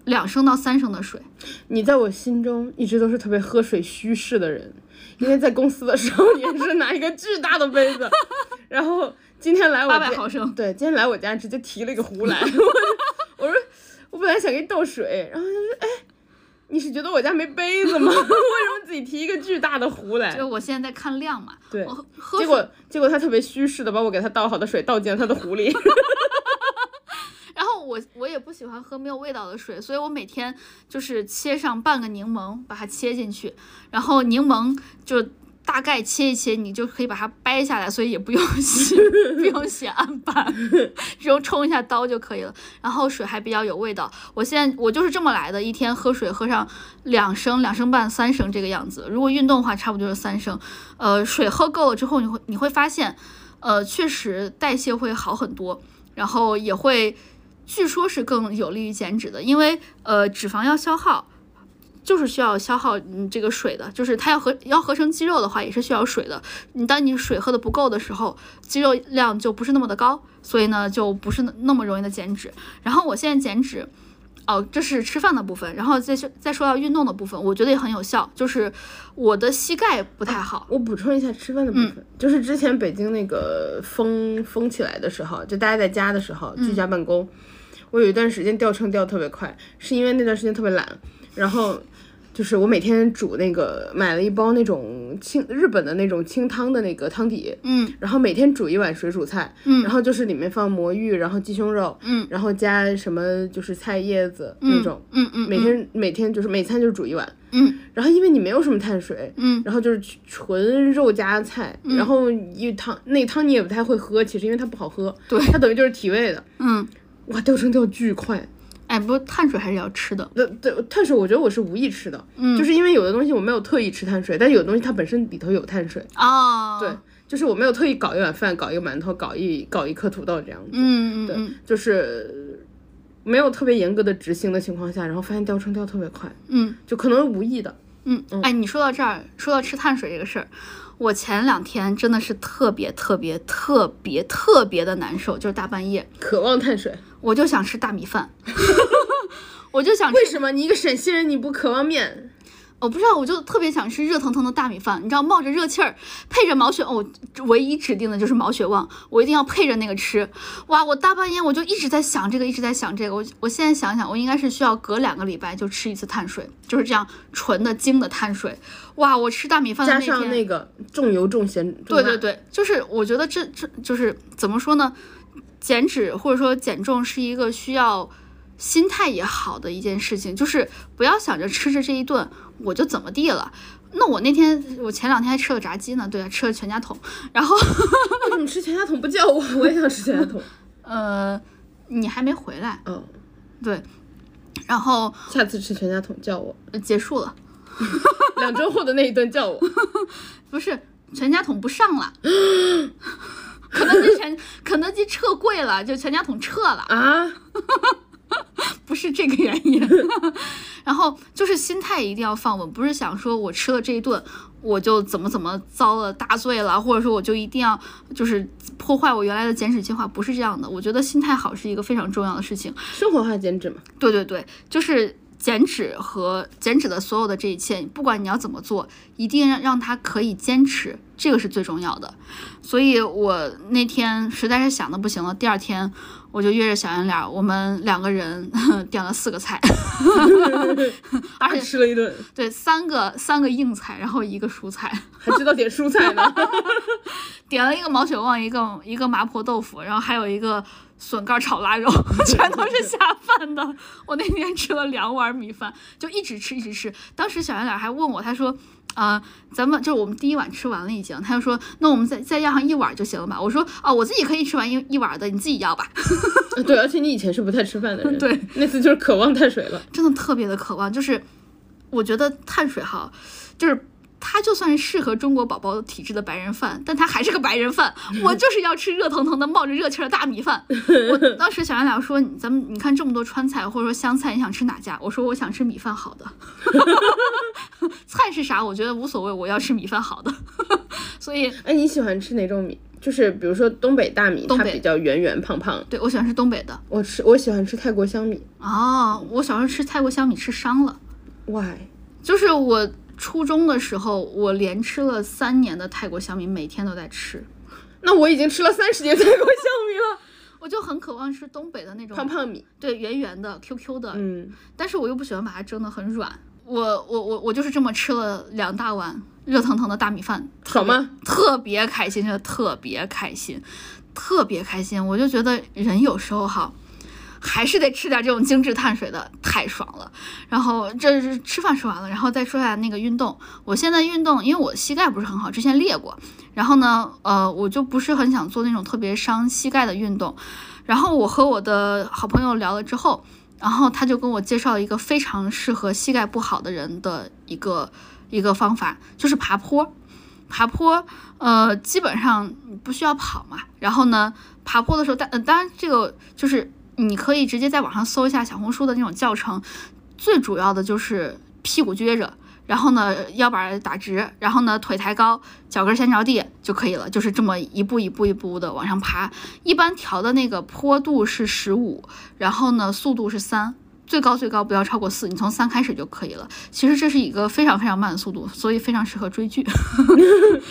Speaker 1: 两升到三升的水。
Speaker 2: 你在我心中一直都是特别喝水虚势的人，因为在公司的时候你也是拿一个巨大的杯子， 然后今天来我
Speaker 1: 800
Speaker 2: 家
Speaker 1: 毫升
Speaker 2: 对，今天来我家直接提了一个壶来，我 就我说我本来想给你倒水，然后他说哎，你是觉得我家没杯子吗？为什 么自己提一个巨大的壶来
Speaker 1: 就？我现在在看量嘛，
Speaker 2: 对
Speaker 1: 我喝喝
Speaker 2: 结
Speaker 1: 水
Speaker 2: 果结果他特别虚势的把我给他倒好的水倒进了他的壶里，
Speaker 1: 然后我我也不喜欢喝没有味道的水，所以我每天就是切上半个柠檬，把它切进去，然后柠檬就大概切一切，你就可以把它掰下来，所以也不用 洗，不用洗案板，只用冲一下刀就可以了。然后水还比较有味道。我现在我就是这么来的，一天喝水喝上两升、两升半、三升这个样子。如果运动的话，差不多就是三升。呃，水喝够了之后，你会你会发现，呃，确实代谢会好很多，然后也会。据说是更有利于减脂的，因为呃脂肪要消耗，就是需要消耗嗯这个水的，就是它要合要合成肌肉的话也是需要水的。你当你水喝的不够的时候，肌肉量就不是那么的高，所以呢就不是那那么容易的减脂。然后我现在减脂。哦，这是吃饭的部分，然后再说再说到运动的部分，我觉得也很有效。就是我的膝盖不太好，
Speaker 2: 我补充一下吃饭的部
Speaker 1: 嗯
Speaker 2: 分，就是之前北京那个封封起来的时候，就大家在家的时候居
Speaker 1: 嗯
Speaker 2: 家办公，我有一段时间掉秤掉特别快，是因为那段时间特别懒，然后就是我每天煮那个买了一包那种清日本的那种清汤的那个汤底，
Speaker 1: 嗯，
Speaker 2: 然后每天煮一碗水煮菜，
Speaker 1: 嗯
Speaker 2: 然后就是里面放魔芋，然后鸡胸肉，
Speaker 1: 嗯，
Speaker 2: 然后加什么就是菜叶子、那种，
Speaker 1: 嗯嗯，
Speaker 2: 每天每天就是每餐就煮一碗，
Speaker 1: 嗯，
Speaker 2: 然后因为你没有什么碳水，
Speaker 1: 嗯，
Speaker 2: 然后就是纯肉加菜，然后一汤那汤你也不太会喝，其实因为它不好喝，
Speaker 1: 对
Speaker 2: 它等于就是提味的，
Speaker 1: 嗯，
Speaker 2: 哇，掉秤掉巨快，
Speaker 1: 哎，不过碳水还是要吃的，
Speaker 2: 那对碳水我觉得我是无意吃的，嗯，就是因为有的东西我没有特意吃碳水，但有的东西它本身里头有碳水，
Speaker 1: 哦，
Speaker 2: 对，就是我没有特意搞一碗饭，搞一个馒头，搞一搞一颗土豆这样子，
Speaker 1: 嗯，嗯
Speaker 2: 对
Speaker 1: 嗯，
Speaker 2: 就是没有特别严格的执行的情况下，然后发现掉秤掉特别快，
Speaker 1: 嗯，
Speaker 2: 就可能是无意的，
Speaker 1: 嗯，哎，你说到这儿，说到吃碳水这个事儿，我前两天真的是特别特别特别特别的难受，就是大半夜，
Speaker 2: 渴望碳水。
Speaker 1: 我就想吃大米饭， 我就想吃
Speaker 2: 为，什么你一个陕西人你不渴望面？
Speaker 1: 我不知道，我就特别想吃热腾腾的大米饭，你知道，冒着热气儿，配着毛血，哦，我唯一指定的就是毛血旺，我一定要配着那个吃。哇，我大半夜我就一直在想这个，一直在想这个，我我现在想想，我应该是需要隔两个礼拜就吃一次碳水，就是这样纯的精的碳水。哇，我吃大米饭的
Speaker 2: 加
Speaker 1: 啊那天。
Speaker 2: 上那个重油重咸重
Speaker 1: 对
Speaker 2: 辣
Speaker 1: 对，对，就是我觉得这这就是怎么说呢？减脂或者说减重是一个需要心态也好的一件事情，就是不要想着吃着这一顿我就怎么地了。那我那天我前两天还吃了炸鸡呢，对啊，吃了全家桶，然后
Speaker 2: 为什么吃全家桶不叫我？我也想吃全 家桶。
Speaker 1: 呃，你还没回来，
Speaker 2: 哦，
Speaker 1: 对，然后
Speaker 2: 下次吃全家桶叫我，
Speaker 1: 呃结束了，
Speaker 2: 两周后的那一顿叫我。
Speaker 1: 不是全家桶不上了， 肯德基全肯德基撤柜了，就全家桶撤了。
Speaker 2: 啊，
Speaker 1: 不是这个原因。 然后就是心态一定要放稳，不是想说我吃了这一顿我就怎么怎么遭了大罪了，或者说我就一定要就是破坏我原来的减脂计划，不是这样的。我觉得心态好是一个非常重要的事情。
Speaker 2: 生活化减脂嘛，
Speaker 1: 对对对，就是减脂和减脂的所有的这一切，不管你要怎么做，一定让让它可以坚持，这个是最重要的。所以我那天实在是想的不行了，第二天我就约着小圆脸儿，我们两个人 点了四个菜，而且
Speaker 2: 吃了一顿，
Speaker 1: 对三个三个硬菜，然后一个蔬菜。
Speaker 2: 还知道点蔬菜呢。啊
Speaker 1: 点了一个毛血旺，一个一个麻婆豆腐，然后还有一个笋干炒腊肉， 全都是下饭的。我那天吃了两碗米饭，就一直吃一直吃。当时小圆脸还问我，他说：“啊、呃，咱们就是我们第一碗吃完了已经，他就说那我们再再要上一碗就行了吧？我说哦，我自己可以吃完一一碗的，你自己要吧。
Speaker 2: 对，而且你以前是不太吃饭的人，
Speaker 1: 对，
Speaker 2: 那次就是渴望碳水了。
Speaker 1: 真的特别的渴望，就是我觉得碳水哈，就是它就算是适合中国宝宝体质的白人饭，但它还是个白人饭。我就是要吃热腾腾的冒着热气儿的大米饭。我当时小杨俩说，你咱们你看这么多川菜或者说湘菜，你想吃哪家？我说我想吃米饭好的。菜是啥？我觉得无所谓，我要吃米饭好的。 所以
Speaker 2: 哎，你喜欢吃哪种米？就是比如说东北大米，
Speaker 1: 东
Speaker 2: 它
Speaker 1: 北
Speaker 2: 比较圆圆胖胖。
Speaker 1: 对我喜欢吃东北的
Speaker 2: 我吃我喜欢吃泰国香米
Speaker 1: 哦，我小时候吃泰国香米吃伤了。
Speaker 2: ，why？
Speaker 1: 就是我初中的时候，我连吃了三年的泰国香米，每天都在吃，
Speaker 2: 那我已经吃了三十年泰国香米 了，
Speaker 1: 我就很渴望吃东北的那种
Speaker 2: 胖胖米。
Speaker 1: 对圆圆的 QQ 的，
Speaker 2: 嗯，
Speaker 1: 但是我又不喜欢把它蒸得很软。我我我我就是这么吃了两大碗热腾腾的大米饭，
Speaker 2: 好吗？
Speaker 1: 特别开心，真的特别开心，特别开心。我就觉得人有时候哈，还是得吃点这种精致碳水的，太爽了。然后这是吃饭说完了，然后再说下那个运动。我现在运动，因为我膝盖不是很好，之前裂过，然后呢，呃，我就不是很想做那种特别伤膝盖的运动。然后我和我的好朋友聊了之后，然后他就跟我介绍了一个非常适合膝盖不好的人的一个一个方法，就是爬坡。爬坡，呃，基本上你不需要跑嘛。然后呢，爬坡的时候，但、呃、当然这个就是你可以直接在网上搜一下小红书的那种教程，最主要的就是屁股撅着。然后呢，腰板打直，然后呢，腿抬高，脚跟先着地就可以了，就是这么一步一步一步的往上爬。一般调的那个坡度是十五，然后呢，速度是三，最高最高不要超过四，你从三开始就可以了。其实这是一个非常非常慢的速度，所以非常适合追剧。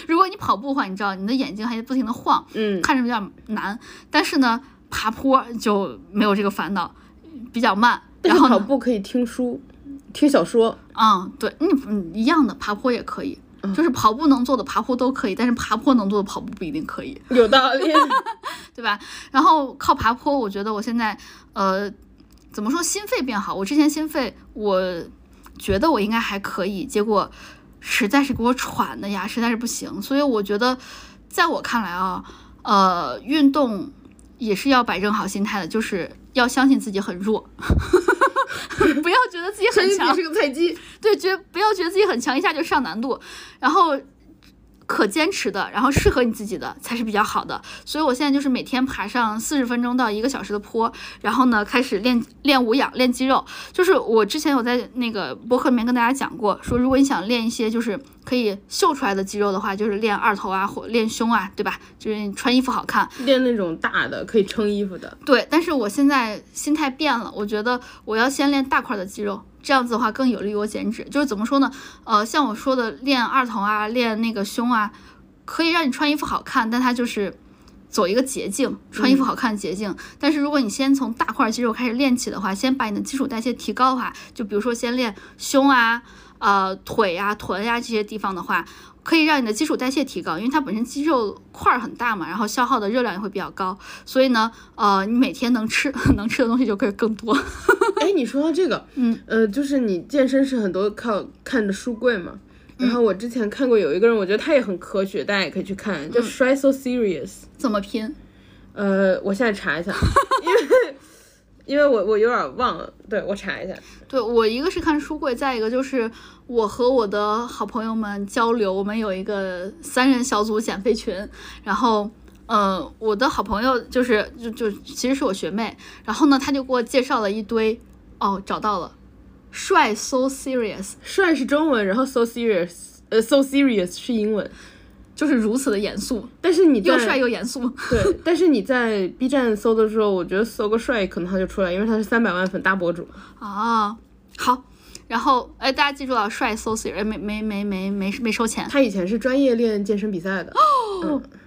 Speaker 1: 如果你跑步的话，你知道你的眼睛还得不停的晃，
Speaker 2: 嗯，
Speaker 1: 看着比较难。但是呢，爬坡就没有这个烦恼，比较慢。
Speaker 2: 但
Speaker 1: 然
Speaker 2: 是
Speaker 1: 后
Speaker 2: 跑
Speaker 1: 呢，
Speaker 2: 步可以听书、听小说。
Speaker 1: 嗯，对，你嗯一样的爬坡也可以，
Speaker 2: 嗯
Speaker 1: 就是跑步能做的爬坡都可以，但是爬坡能做的跑步不一定可以，
Speaker 2: 有道 理，
Speaker 1: 对吧？然后靠爬坡，我觉得我现在呃，怎么说心肺变好？我之前心肺我觉得我应该还可以，结果实在是给我喘的呀，实在是不行。所以我觉得，在我看来啊，呃，运动也是要摆正好心态的，就是要相信自己很弱， 不要觉得自己
Speaker 2: 相
Speaker 1: 很
Speaker 2: 信
Speaker 1: 强
Speaker 2: 你。是个菜鸡。
Speaker 1: 对，觉不要觉得自己很强，一下就上难度，然后可坚持的，然后适合你自己的才是比较好的。所以我现在就是每天爬上四十分钟到一个小时的坡，然后呢开始练练无氧、练肌肉。就是我之前有在那个博客里面跟大家讲过，说如果你想练一些就是可以秀出来的肌肉的话，就是练二头啊或练胸啊，对吧？就是你穿衣服好看，
Speaker 2: 练那种大的可以撑衣服的，
Speaker 1: 对，但是我现在心态变了，我觉得我要先练大块的肌肉，这样子的话更有利于我减脂。就是怎么说呢？呃，像我说的，练二头啊，练那个胸啊，可以让你穿衣服好看，但它就是走一个捷径，穿衣服好看的捷径。但是如果你先从大块肌肉开始练起的话，先把你的基础代谢提高的话，就比如说先练胸啊、呃腿啊、臀啊这些地方的话，可以让你的基础代谢提高，因为它本身肌肉块儿很大嘛，然后消耗的热量也会比较高，所以呢，呃，你每天能吃 能吃的东西就会更多。
Speaker 2: 哎，你说到这个，
Speaker 1: 嗯，
Speaker 2: 呃，就是你健身是很多靠看着书柜嘛。然后我之前看过有一个人，我觉得他也很科学，大家也可以去看，叫 Try So Serious。
Speaker 1: 怎么拼？
Speaker 2: 呃，我现在查一 下，因为因为我我有点忘了，对我查一下。
Speaker 1: 对我一个是看书柜，再一个就是我和我的好朋友们交流，我们有一个三人小组减肥群，然后。呃，我的好朋友就是就就其实是我学妹，然后呢，她就给我介绍了一堆，哦，找到了，帅 so serious，
Speaker 2: 帅是中文，然后 So Serious，呃，So Serious 是英文。
Speaker 1: 就是如此的严肃，
Speaker 2: 但是你在
Speaker 1: 又帅又严肃。
Speaker 2: 对， 但是你在 B 站搜的时候，我觉得搜个帅可能他就出来，因为他是三百万粉大博主。
Speaker 1: 啊，好，然后哎，大家记住了，帅 so s e r i 没没没没没没收钱
Speaker 2: 他以前是专业练健身比赛的，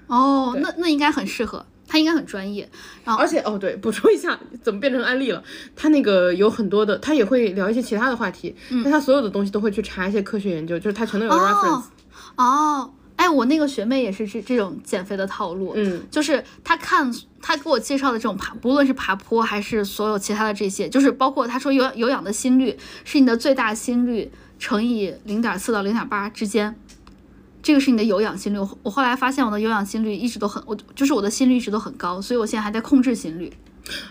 Speaker 1: 哦，那那应该很适合，他应该很专业。
Speaker 2: 而且哦对，补充一下，怎么变成安利了？他那个有很多的，他也会聊一些其他的话题，但他所有的东西都会去查一些科学研究，就是他全都有 reference、
Speaker 1: 哦哦，哎，我那个学妹也是这这种减肥的套路，
Speaker 2: 嗯，
Speaker 1: 就是她看她给我介绍的这种爬，不论是爬坡还是所有其他的这些，就是包括她说有有氧的心率是你的最大心率乘以零点四到零点八之间。这个是你的有氧心率，我我后来发现我的有氧心率一直都很，我就是我的心率一直都很高，所以我现在还在控制心率。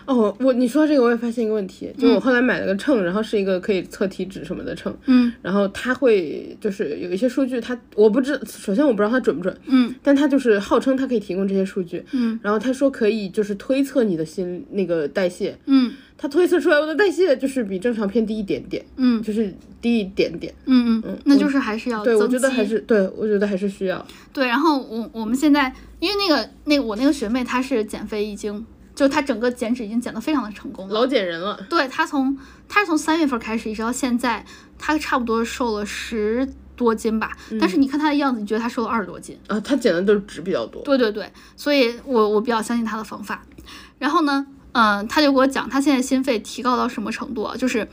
Speaker 2: 哦，我你说这个我也发现一个问题，就我后来买了个秤，然后是一个可以测体脂什么的秤，
Speaker 1: 嗯，
Speaker 2: 然后它会就是有一些数据它，我不知，首先我不知道它准不准，
Speaker 1: 嗯，
Speaker 2: 但它就是号称它可以提供这些数据，
Speaker 1: 嗯，
Speaker 2: 然后他说可以就是推测你的心那个代谢，
Speaker 1: 嗯
Speaker 2: 它推测出来我的代谢就是比正常偏低一点点，
Speaker 1: 嗯
Speaker 2: 就是低一点点，
Speaker 1: 嗯嗯，那就是还是要
Speaker 2: 对我觉
Speaker 1: 增
Speaker 2: 得还
Speaker 1: 肌
Speaker 2: 是对我觉得还是需要，
Speaker 1: 对，然后我我们现在因为那个那个我那个学妹她是减肥已经，就她整个减脂已经减得非常的成功了。
Speaker 2: 老减人了，
Speaker 1: 对她从她是从三月份开始一直到现在，她差不多瘦了十多斤吧。但是你看她的样子，你觉得她瘦了二十多斤。
Speaker 2: 啊，他减的都是脂比较多，
Speaker 1: 对对对，所以我我比较相信她的方法。然后呢，嗯、她就给我讲她现在心肺提高到什么程度啊，就是。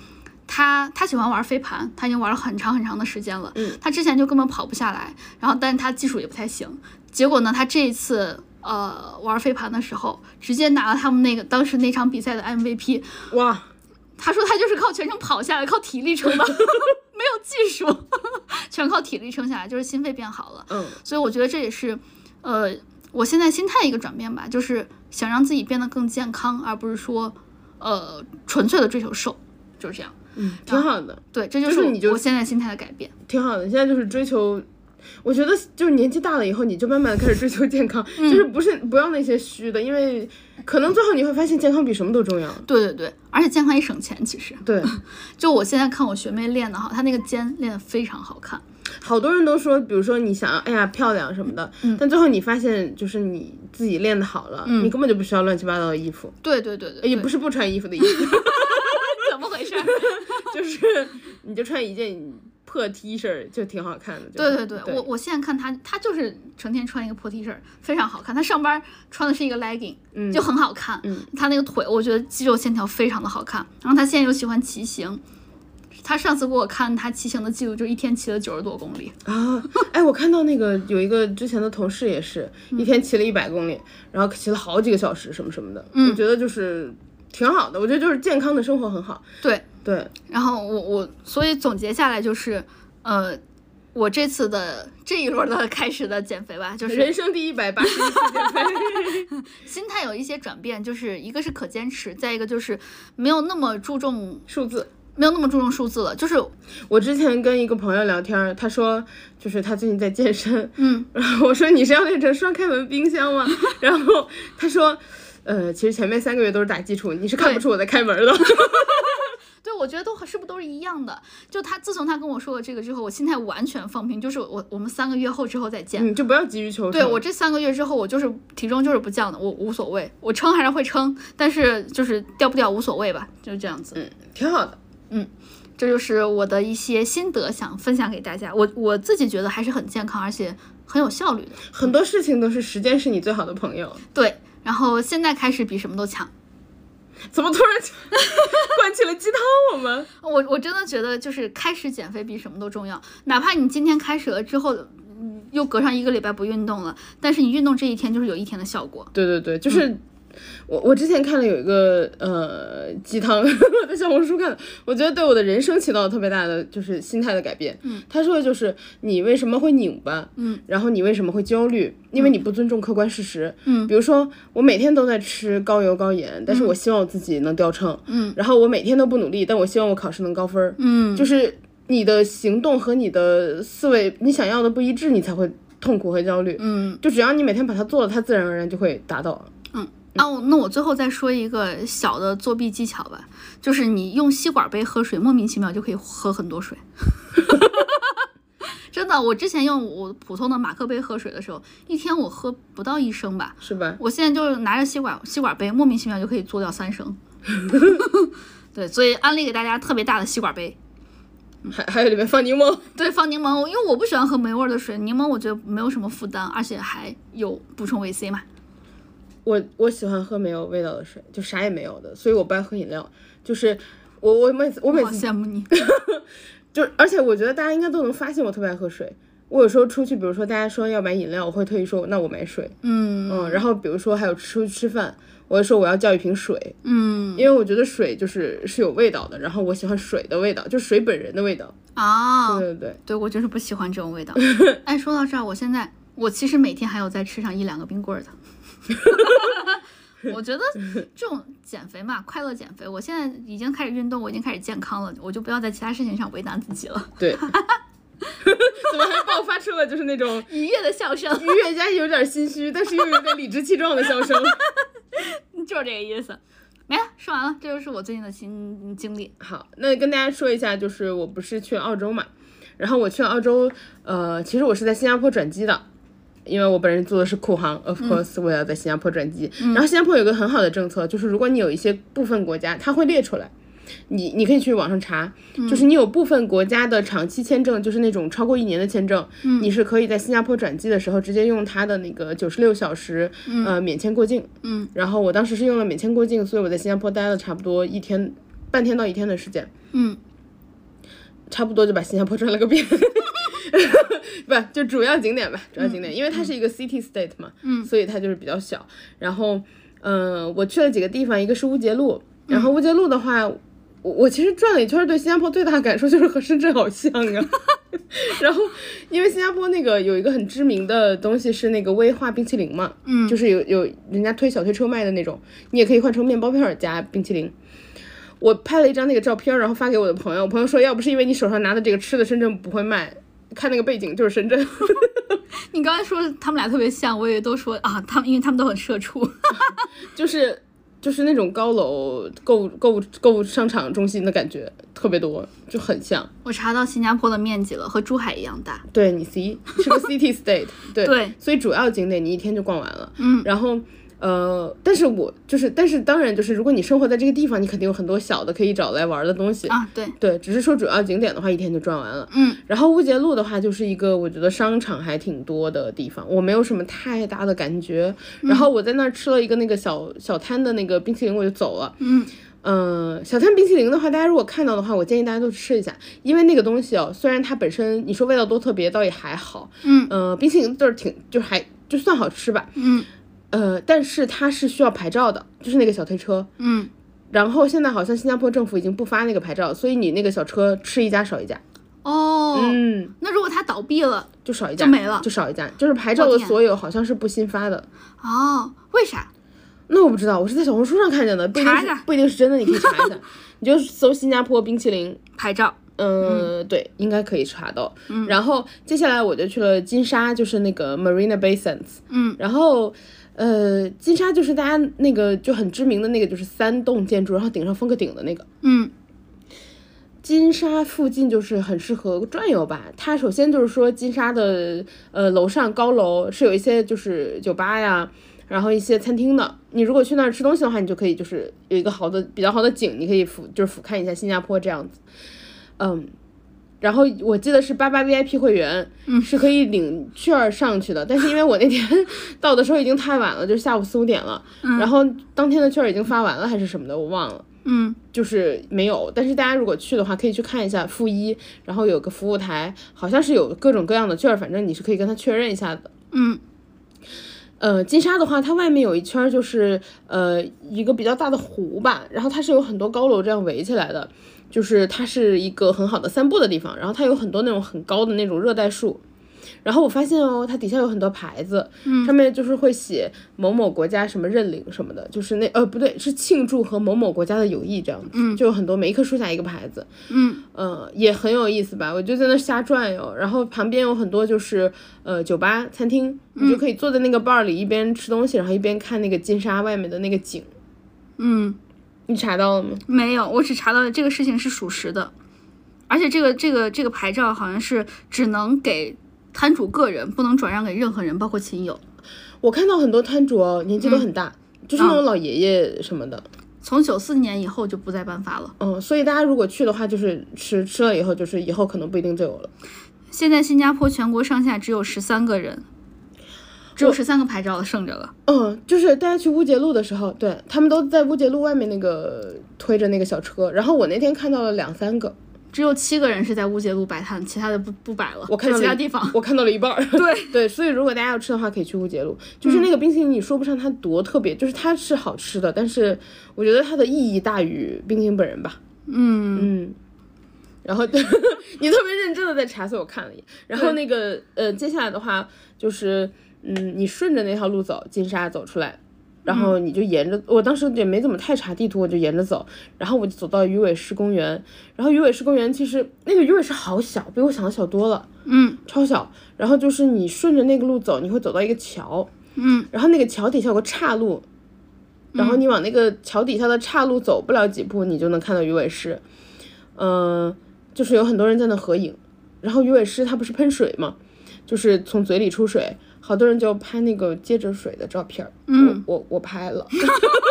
Speaker 1: 她她喜欢玩飞盘，她已经玩了很长很长的时间了。
Speaker 2: 嗯，
Speaker 1: 她之前就根本跑不下来，然后但是她技术也不太行。结果呢，她这一次呃玩飞盘的时候，直接拿了他们那个当时那场比赛的 MVP。
Speaker 2: 哇，
Speaker 1: 她说她就是靠全程跑下来，靠体力撑的 ，没有技术， 全靠体力撑下来，就是心肺变好了。
Speaker 2: 嗯
Speaker 1: 所以我觉得这也是，呃，我现在心态一个转变吧，就是想让自己变得更健康，而不是说，呃，纯粹的追求瘦，就是这样。
Speaker 2: 嗯，挺好的。
Speaker 1: 对，这就
Speaker 2: 就是是
Speaker 1: 我
Speaker 2: 你就
Speaker 1: 我现在心态的改变。
Speaker 2: 挺好的。现在就是追求，我觉得就是年纪大了以后，你就慢慢的开始追求健康，
Speaker 1: 嗯
Speaker 2: 就是不是不要那些虚的，因为可能最后你会发现健康比什么都重要。
Speaker 1: 对对对，而且健康也省钱。其实，
Speaker 2: 对，
Speaker 1: 就我现在看我学妹练的哈，她那个肩练得非常好看。
Speaker 2: 好多人都说，比如说你想要，哎呀漂亮什么的，
Speaker 1: 嗯
Speaker 2: 但最后你发现就是你自己练的好了，你根本就不需要乱七八糟的衣服，呃
Speaker 1: 对对嗯对对
Speaker 2: 哎也不
Speaker 1: 是
Speaker 2: 是不穿衣服 的意思，
Speaker 1: 怎么回事儿。
Speaker 2: 就是你就穿一件破 T 恤就挺好看的。就
Speaker 1: 对
Speaker 2: 是
Speaker 1: 对对，我我现在看她，她就是成天穿一个破 T 恤，非常好看。她上班穿的是一个 legging，
Speaker 2: 嗯
Speaker 1: 就很好看。
Speaker 2: 嗯
Speaker 1: 她那个腿，我觉得肌肉线条非常的好看。然后她现在又喜欢骑行，她上次给我看她骑行的记录，就一天骑了九十多公里。
Speaker 2: 啊，哎，我看到那个有一个之前的同事也是
Speaker 1: 嗯
Speaker 2: 一天骑了一百公里，然后骑了好几个小时什么什么的，
Speaker 1: 嗯
Speaker 2: 我觉得就是挺好的，我觉得就是健康的生活很好。
Speaker 1: 对，
Speaker 2: 对，
Speaker 1: 然后我我所以总结下来就是，呃，我这次的这一轮的开始的减肥吧，就是
Speaker 2: 人生第一百八十一次减肥，
Speaker 1: 心态有一些转变，就是一个是可坚持，再一个就是没有那么注重
Speaker 2: 数字。
Speaker 1: 没有那么注重数字了，就是
Speaker 2: 我之前跟一个朋友聊天儿，他说就是他最近在健身，
Speaker 1: 嗯，
Speaker 2: 然后我说你是要练成双开门冰箱吗？然后他说，呃，其实前面三个月都是打基础，你是看不
Speaker 1: 对
Speaker 2: 出我在开门的。
Speaker 1: 对，我觉得都是不是都是一样的。就他自从他跟我说了这个之后，我心态完全放平，就是我我们三个月后之后再见。
Speaker 2: 嗯，就不要急于求成。
Speaker 1: 对我这三个月之后，我就是体重就是不降的，我无所谓，我称还是会称，但是就是掉不掉无所谓吧，就是这样子。
Speaker 2: 嗯挺好的。
Speaker 1: 这就是我的一些心得，想分享给大家。我我自己觉得还是很健康，而且很有效率的。
Speaker 2: 很多事情都是时间是你最好的朋友。
Speaker 1: 对，然后现在开始比什么都强。
Speaker 2: 怎么突然 就灌起了鸡汤？我们
Speaker 1: 我我真的觉得就是开始减肥比什么都重要，哪怕你今天开始了之后，嗯，又隔上一个礼拜不运动了，但是你运动这一天就是有一天的效果。
Speaker 2: 对对对，就是、我我之前看了有一个呃鸡汤， 我在小红书看的，我觉得对我的人生起到了特别大的就是心态的改变。嗯，他说的就是你为什么会拧巴？
Speaker 1: 嗯，
Speaker 2: 然后你为什么会焦虑？因为你不尊重客观事实。
Speaker 1: 嗯
Speaker 2: 比如说我每天都在吃高油高盐，但是我希望我自己能掉秤。
Speaker 1: 嗯，
Speaker 2: 然后我每天都不努力，但我希望我考试能高分。嗯。
Speaker 1: 嗯，
Speaker 2: 就是你的行动和你的思维，你想要的不一致，你才会痛苦和焦虑。
Speaker 1: 嗯
Speaker 2: 就只要你每天把它做了，它自然而然就会达到。
Speaker 1: 啊，我那我最后再说一个小的作弊技巧吧，就是你用吸管杯喝水，莫名其妙就可以喝很多水。 真的，我之前用我普通的马克杯喝水的时候，一天我喝不到一升吧。
Speaker 2: 是吧？
Speaker 1: 我现在就是拿着吸管吸管杯，莫名其妙就可以做掉三升。对，所以安利给大家特别大的吸管杯，嗯
Speaker 2: 还 还有里面放柠檬，
Speaker 1: 对，放柠檬，因为我不喜欢喝没味儿的水，柠檬我觉得没有什么负担，而且还有补充维 C 嘛。
Speaker 2: 我我喜欢喝没有味道的水，就啥也没有的，所以我不爱喝饮料。就是我我每次我每
Speaker 1: 好
Speaker 2: 次
Speaker 1: 羡慕你。
Speaker 2: 就，而且我觉得大家应该都能发现我特别爱喝水，我有时候出去，比如说大家说要买饮料，我会特意说那我买水，
Speaker 1: 嗯
Speaker 2: 嗯，然后比如说还有出去吃饭，我会说我要叫一瓶水，
Speaker 1: 嗯
Speaker 2: 因为我觉得水就是是有味道的，然后我喜欢水的味道，就水本人的味道。
Speaker 1: 啊，
Speaker 2: 对对对，
Speaker 1: 对我就是不喜欢这种味道。哎，说到这儿，我现在我其实每天还有在吃上一两个冰棍儿的。我觉得这种减肥嘛，快乐减肥。我现在已经开始运动，我已经开始健康了，我就不要在其他事情上为难自己了。
Speaker 2: 对， 怎么还爆发出了就是那种
Speaker 1: 愉悦的笑声，
Speaker 2: 愉悦加有点心虚，但是又有点理直气壮的笑声？
Speaker 1: 就是这个意思。没了，说完了，这就是我最近的新经历。
Speaker 2: 好，那跟大家说一下，就是我不是去澳洲嘛，然后我去澳洲，呃，其实我是在新加坡转机的，因为我本人做的是库航，of course 我也要在新加坡转机。然后新加坡有一个很好的政策，就是如果你有一些部分国家，它会列出来。你你可以去网上查，就是你有部分国家的长期签证，就是那种超过一年的签证，你是可以在新加坡转机的时候直接用它的那个九十六小时，呃，免签过境。
Speaker 1: 嗯，
Speaker 2: 然后我当时是用了免签过境，所以我在新加坡待了差不多一天，半天到一天的时间。
Speaker 1: 嗯，
Speaker 2: 差不多就把新加坡转了个遍， 不就主要景点吧，主要景点，因为它是一个 city state 嘛，嗯，所以它就是比较小。然后，嗯，我去了几个地方，一个是乌节路，然后乌节路的话，我我其实转了一圈，对新加坡最大的感受就是和深圳好像 啊。然后，因为新加坡那个有一个很知名的东西是那个威化冰淇淋嘛，嗯，就是有有人家推小推车卖的那种，你也可以换成面包片儿加冰淇淋。我拍了一张那个照片儿，然后发给我的朋友，我朋友说要不是因为你手上拿的这个吃的，深圳不会卖。看那个背景就是深圳，
Speaker 1: 你刚才说他们俩特别像，我以为都说啊，他们因为他们都很社畜。
Speaker 2: 就是就是那种高楼购物购物购物商场中心的感觉，特别多，就很像。
Speaker 1: 我查到新加坡的面积了，和珠海一样大。
Speaker 2: 对你 C 是个 city state，对
Speaker 1: 对
Speaker 2: 所以主要景点你一天就逛完了。嗯，然后呃，但是我就是，但是当然就是，如果你生活在这个地方，你肯定有很多小的可以找来玩的东西。
Speaker 1: 啊，对，
Speaker 2: 对，只是说主要景点的话，一天就转完了。
Speaker 1: 嗯，
Speaker 2: 然后乌节路的话，就是一个我觉得商场还挺多的地方，我没有什么太大的感觉。然后我在那儿吃了一个那个小小摊的那个冰淇淋，我就走了。
Speaker 1: 嗯
Speaker 2: 嗯，小摊冰淇淋的话，大家如果看到的话，我建议大家都吃一下，因为那个东西哦，虽然它本身你说味道多特别，倒也还好。
Speaker 1: 嗯
Speaker 2: 呃，冰淇淋就是挺就还就算好吃吧。
Speaker 1: 嗯
Speaker 2: 呃，但是它是需要牌照的，就是那个小推车。
Speaker 1: 嗯，
Speaker 2: 然后现在好像新加坡政府已经不发那个牌照，所以你那个小车吃一家少一家，
Speaker 1: 哦，
Speaker 2: 嗯，
Speaker 1: 那如果它倒闭了，
Speaker 2: 就少一家，
Speaker 1: 就没了
Speaker 2: 就少一家，就是牌照
Speaker 1: 我
Speaker 2: 的
Speaker 1: 天
Speaker 2: 所有好像是不新发的。
Speaker 1: 哦，为啥？
Speaker 2: 那我不知道，我是在小红书上看见的，不一定
Speaker 1: 查
Speaker 2: 是
Speaker 1: 一下
Speaker 2: 不一定是真的，你可以查 一下，你就搜新加坡冰淇淋，
Speaker 1: 牌照，
Speaker 2: 嗯，对，应该可以查到。
Speaker 1: 嗯
Speaker 2: 然后接下来我就去了金沙，就是那个 Marina Bay Sands。
Speaker 1: 嗯，
Speaker 2: 然后呃，金沙就是大家那个就很知名的那个，就是三栋建筑，然后顶上封个顶的那个。
Speaker 1: 嗯
Speaker 2: 金沙附近就是很适合转悠吧。它首先就是说，金沙的呃楼上高楼是有一些就是酒吧呀，然后一些餐厅的。你如果去那儿吃东西的话，你就可以就是有一个好的比较好的景，你可以俯就是俯瞰一下新加坡这样子。嗯，然后我记得是八八 VIP 会员，嗯，是可以领券儿上去的。但是因为我那天 到的时候已经太晚了，就是下午四五点了，然后当天的券儿已经发完了还是什么的，我忘了。
Speaker 1: 嗯
Speaker 2: 就是没有，但是大家如果去的话，可以去看一下负一，然后有个服务台，好像是有各种各样的券儿，反正你是可以跟他确认一下的。
Speaker 1: 嗯
Speaker 2: 呃，金沙的话，它外面有一圈儿就是呃一个比较大的湖吧，然后它是有很多高楼这样围起来的，就是它是一个很好的散步的地方，然后它有很多那种很高的那种热带树。然后我发现哦，它底下有很多牌子，上面就是会写某某国家什么认领什么的，就是那呃不对，是庆祝和某某国家的友谊这样子，就有很多每一棵树下一个牌子，
Speaker 1: 嗯
Speaker 2: 呃，也很有意思吧？我就在那瞎转悠，然后旁边有很多就是呃酒吧、餐厅，你就可以坐在那个 bar 里，一边吃东西，然后一边看那个金沙外面的那个景。
Speaker 1: 嗯，
Speaker 2: 你查到了吗？
Speaker 1: 没有，我只查到了这个事情是属实的，而且这个这个这个牌照好像是只能给摊主个人，不能转让给任何人，包括亲友。
Speaker 2: 我看到很多摊主哦，年纪都很大，就是那种老爷爷什么的。
Speaker 1: 从九四年以后就不再颁发了。
Speaker 2: 嗯，所以大家如果去的话，就是吃吃了以后，就是以后可能不一定就有了。
Speaker 1: 现在新加坡全国上下只有十三个人，只有十三个牌照了，剩着了。
Speaker 2: 嗯，就是大家去乌节路的时候，对他们都在乌节路外面那个推着那个小车，然后我那天看到了两三个，
Speaker 1: 只有七个人是在乌节路摆摊，其他的不不摆了，
Speaker 2: 我看到
Speaker 1: 在
Speaker 2: 了
Speaker 1: 其他
Speaker 2: 一
Speaker 1: 地方。
Speaker 2: 我看到了一半儿。
Speaker 1: 对嗯
Speaker 2: 对，所以如果大家要吃的话，可以去乌节路。就是那个冰淇淋，你说不上它多特别，就是它是好吃的，但是我觉得它的意义大于冰淇淋本人吧。
Speaker 1: 嗯，
Speaker 2: 嗯。然后 你特别认真的在查，所以我看了一眼。然后那个呃，接下来的话就是，嗯，你顺着那条路走，金沙走出来，然后你就沿着，我当时也没怎么太查地图，我就沿着走，然后我就走到鱼尾狮公园。然后鱼尾狮公园其实那个鱼尾狮好小，比我想的小多了，
Speaker 1: 嗯，
Speaker 2: 超小。然后就是你顺着那个路走，你会走到一个桥，
Speaker 1: 嗯，
Speaker 2: 然后那个桥底下有个岔路。然后你往那个桥底下的岔路走不了几步，你就能看到鱼尾狮。嗯，就是有很多人在那合影。然后鱼尾狮它不是喷水嘛，就是从嘴里出水，好多人就拍那个接着水的照片儿。
Speaker 1: 嗯
Speaker 2: 我我我拍了，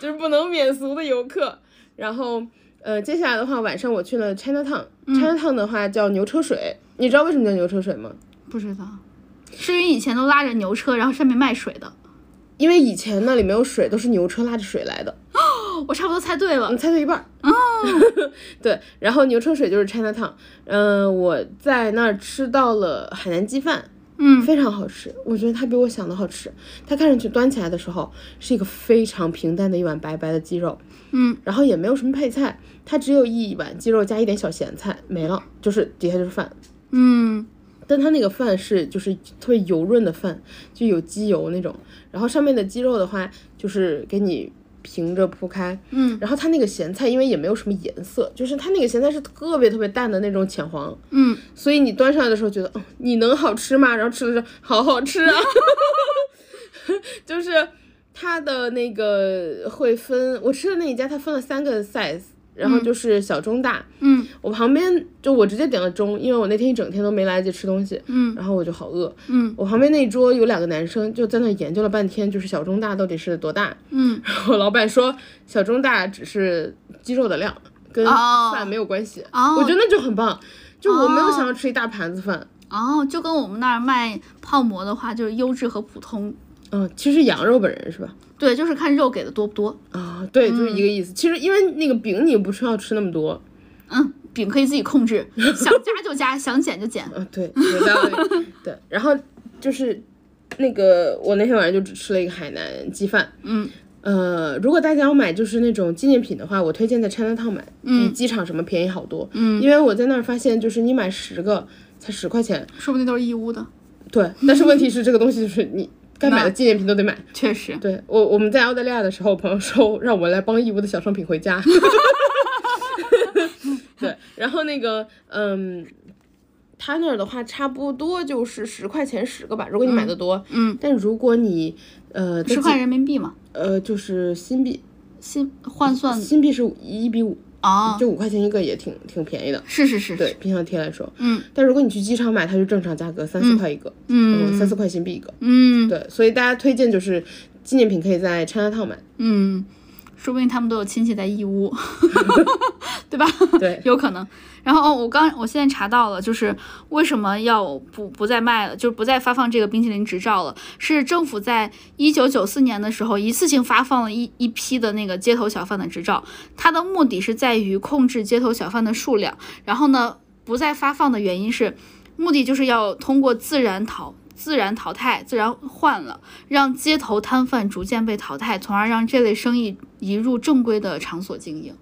Speaker 2: 就是不能免俗的游客。然后呃，接下来的话，晚上我去了 China Town、China
Speaker 1: 嗯
Speaker 2: Town 的话叫牛车水，你知道为什么叫牛车水吗？
Speaker 1: 不知道，是因为以前都拉着牛车，然后上面卖水的。
Speaker 2: 因为以前那里没有水，都是牛车拉着水来的。
Speaker 1: 我差不多猜对了
Speaker 2: 你。猜对一半儿。哦， 对，然后牛车水就是 China Town，嗯、我在那儿吃到了海南鸡饭，
Speaker 1: 嗯
Speaker 2: 非常好吃，我觉得它比我想的好吃。它看上去端起来的时候是一个非常平淡的一碗白白的鸡肉，
Speaker 1: 嗯，
Speaker 2: 然后也没有什么配菜，它只有一碗鸡肉加一点小咸菜，没了，就是底下就是饭。
Speaker 1: 嗯
Speaker 2: 但它那个饭是就是特别油润的饭，就有鸡油那种，然后上面的鸡肉的话就是给你平着铺开，
Speaker 1: 嗯
Speaker 2: 然后它那个咸菜因为也没有什么颜色，就是它那个咸菜是特别特别淡的那种浅黄，
Speaker 1: 嗯，
Speaker 2: 所以你端上来的时候觉得，哦，你能好吃吗？然后吃了之后，好好吃啊，就是它的那个会分，我吃的那一家它分了三个 size，然后就是小中大，
Speaker 1: 嗯
Speaker 2: 我旁边就我直接点了中，因为我那天一整天都没来得及吃东西，
Speaker 1: 嗯
Speaker 2: 然后我就好饿，
Speaker 1: 嗯
Speaker 2: 我旁边那一桌有两个男生就在那研究了半天，就是小中大到底是多大，
Speaker 1: 嗯
Speaker 2: 然后老板说小中大只是鸡肉的量，跟
Speaker 1: 哦
Speaker 2: 饭没有关系。
Speaker 1: 哦
Speaker 2: 我觉得那就很棒，就我没有
Speaker 1: 哦
Speaker 2: 想要吃一大盘子饭。
Speaker 1: 哦，就跟我们那儿卖泡馍的话，就是优质和普通，
Speaker 2: 嗯，其实羊肉本人是吧？
Speaker 1: 对，就是看肉给的多不多。
Speaker 2: 啊，对，就是一个意思。其实因为那个饼你不需要吃那么多，
Speaker 1: 嗯，饼可以自己控制， 想加就加，想减就减。
Speaker 2: 啊，对，有道理。对，然后就是那个我那天晚上就只吃了一个海南鸡饭。
Speaker 1: 嗯
Speaker 2: 呃，如果大家要买就是那种纪念品的话，我推荐在 China Town 买，比机场什么便宜好多。
Speaker 1: 嗯，
Speaker 2: 因为我在那儿发现，就是你买十个才十块钱，
Speaker 1: 说不定都是义乌的。
Speaker 2: 对，但是问题是这个东西就是你该买的纪念品都得买。
Speaker 1: 确实，
Speaker 2: 对我我们在澳大利亚的时候，我朋友说让我来帮义乌的小商品回家。 对，然后那个嗯，他那儿的话差不多就是十块钱十个吧，如果你买的多。
Speaker 1: 嗯，
Speaker 2: 但如果你呃在
Speaker 1: 十块
Speaker 2: 几
Speaker 1: 人民币嘛，
Speaker 2: 呃就是新币，
Speaker 1: 新换算
Speaker 2: 新币是一比五，
Speaker 1: 啊，
Speaker 2: 就五块钱一个也挺挺便宜的。
Speaker 1: 是是是，
Speaker 2: 对，冰箱贴来说，
Speaker 1: 嗯
Speaker 2: 但如果你去机场买，它就正常价格三四块一个，
Speaker 1: 嗯
Speaker 2: 三四块新币一个。
Speaker 1: 嗯
Speaker 2: 对，所以大家推荐就是纪念品可以在 China Town 买。
Speaker 1: 嗯，说不定他们都有亲戚在义乌，对吧？
Speaker 2: 对
Speaker 1: 有可能。然后哦，我刚我现在查到了，就是为什么要不不再卖了，就是不再发放这个冰淇淋执照了，是政府在一九九四年的时候一次性发放了一一批的那个街头小贩的执照，它的目的是在于控制街头小贩的数量。然后呢，不再发放的原因是，目的就是要通过自然淘。自然淘汰、自然换了，让街头摊贩逐渐被淘汰，从而让这类生意移入正规的场所经营。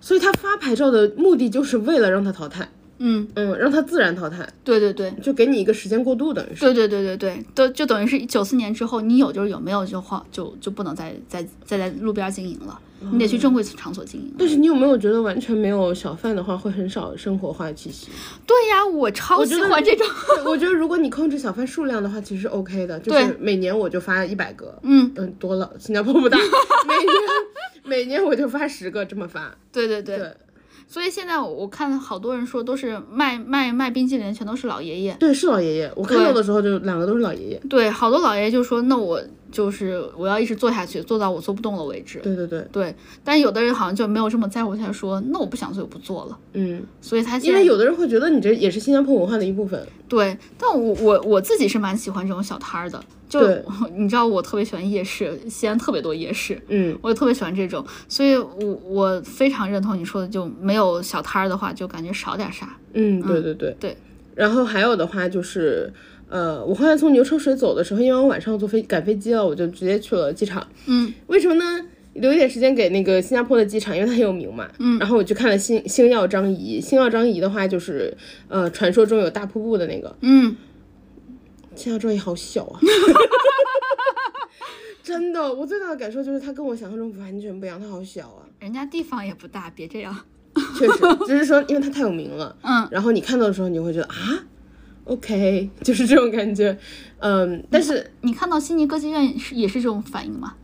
Speaker 2: 所以他发牌照的目的就是为了让它淘汰，
Speaker 1: 嗯，
Speaker 2: 嗯，让它自然淘汰，
Speaker 1: 对对对，
Speaker 2: 就给你一个时间过渡，等于是。
Speaker 1: 对对对对对，都就等于是九四年之后，你有就是有，没有就换就就不能再再再在路边经营了，你得去正规场所经营了。
Speaker 2: 但是你有没有觉得完全没有小贩的话，会很少生活化气息？
Speaker 1: 对呀，我超
Speaker 2: 我觉
Speaker 1: 喜
Speaker 2: 得
Speaker 1: 欢这种。
Speaker 2: 对我觉得如果你控制小贩数量的话，其实 OK 的，就是
Speaker 1: 对
Speaker 2: 每年我就发一百个，
Speaker 1: 嗯，
Speaker 2: 嗯，多了，新加坡不大，每年每年我就发十个，这么发，
Speaker 1: 对对对。
Speaker 2: 对
Speaker 1: 所以现在我我看好多人说都是卖卖卖冰淇淋，全都是老爷爷。
Speaker 2: 对，是老爷爷，我看
Speaker 1: 对
Speaker 2: 到的时候就两个都是老爷爷，
Speaker 1: 对，好多老爷爷就说，那我就是我要一直做下去，做到我做不动了为止。
Speaker 2: 对对对，
Speaker 1: 对，但有的人好像就没有这么在乎，他说，那我不想做就不做了。
Speaker 2: 嗯，
Speaker 1: 所以他现
Speaker 2: 因
Speaker 1: 在
Speaker 2: 为有的人会觉得你这也是新加坡文化的一部分，
Speaker 1: 对，但我我我自己是蛮喜欢这种小摊儿的，就
Speaker 2: 对
Speaker 1: 你知道我特别喜欢夜市，西安特别多夜市，
Speaker 2: 嗯，
Speaker 1: 我也特别喜欢这种，所以我我非常认同你说的，就没有小摊儿的话，就感觉少点啥。
Speaker 2: 嗯，对对对、
Speaker 1: 对。
Speaker 2: 然后还有的话就是，呃，我后来从牛车水走的时候，因为我晚上坐飞赶飞机了，我就直接去了机场。
Speaker 1: 嗯
Speaker 2: 为什么呢？留一点时间给那个新加坡的机场，因为它很有名嘛。嗯。然后我去看了星星耀张仪，星耀张仪的话就是，呃，传说中有大瀑布的那个。
Speaker 1: 嗯，
Speaker 2: 星耀张仪好小啊。真的，我最大的感受就是它跟我想象中完全不一样，它好小啊。
Speaker 1: 人家地方也不大，别这样。
Speaker 2: 确实，只是说因为它太有名了，
Speaker 1: 嗯，
Speaker 2: 然后你看到的时候，你就会觉得啊，OK，就是这种感觉，嗯，但是
Speaker 1: 你看到悉尼歌剧院是也是这种反应吗？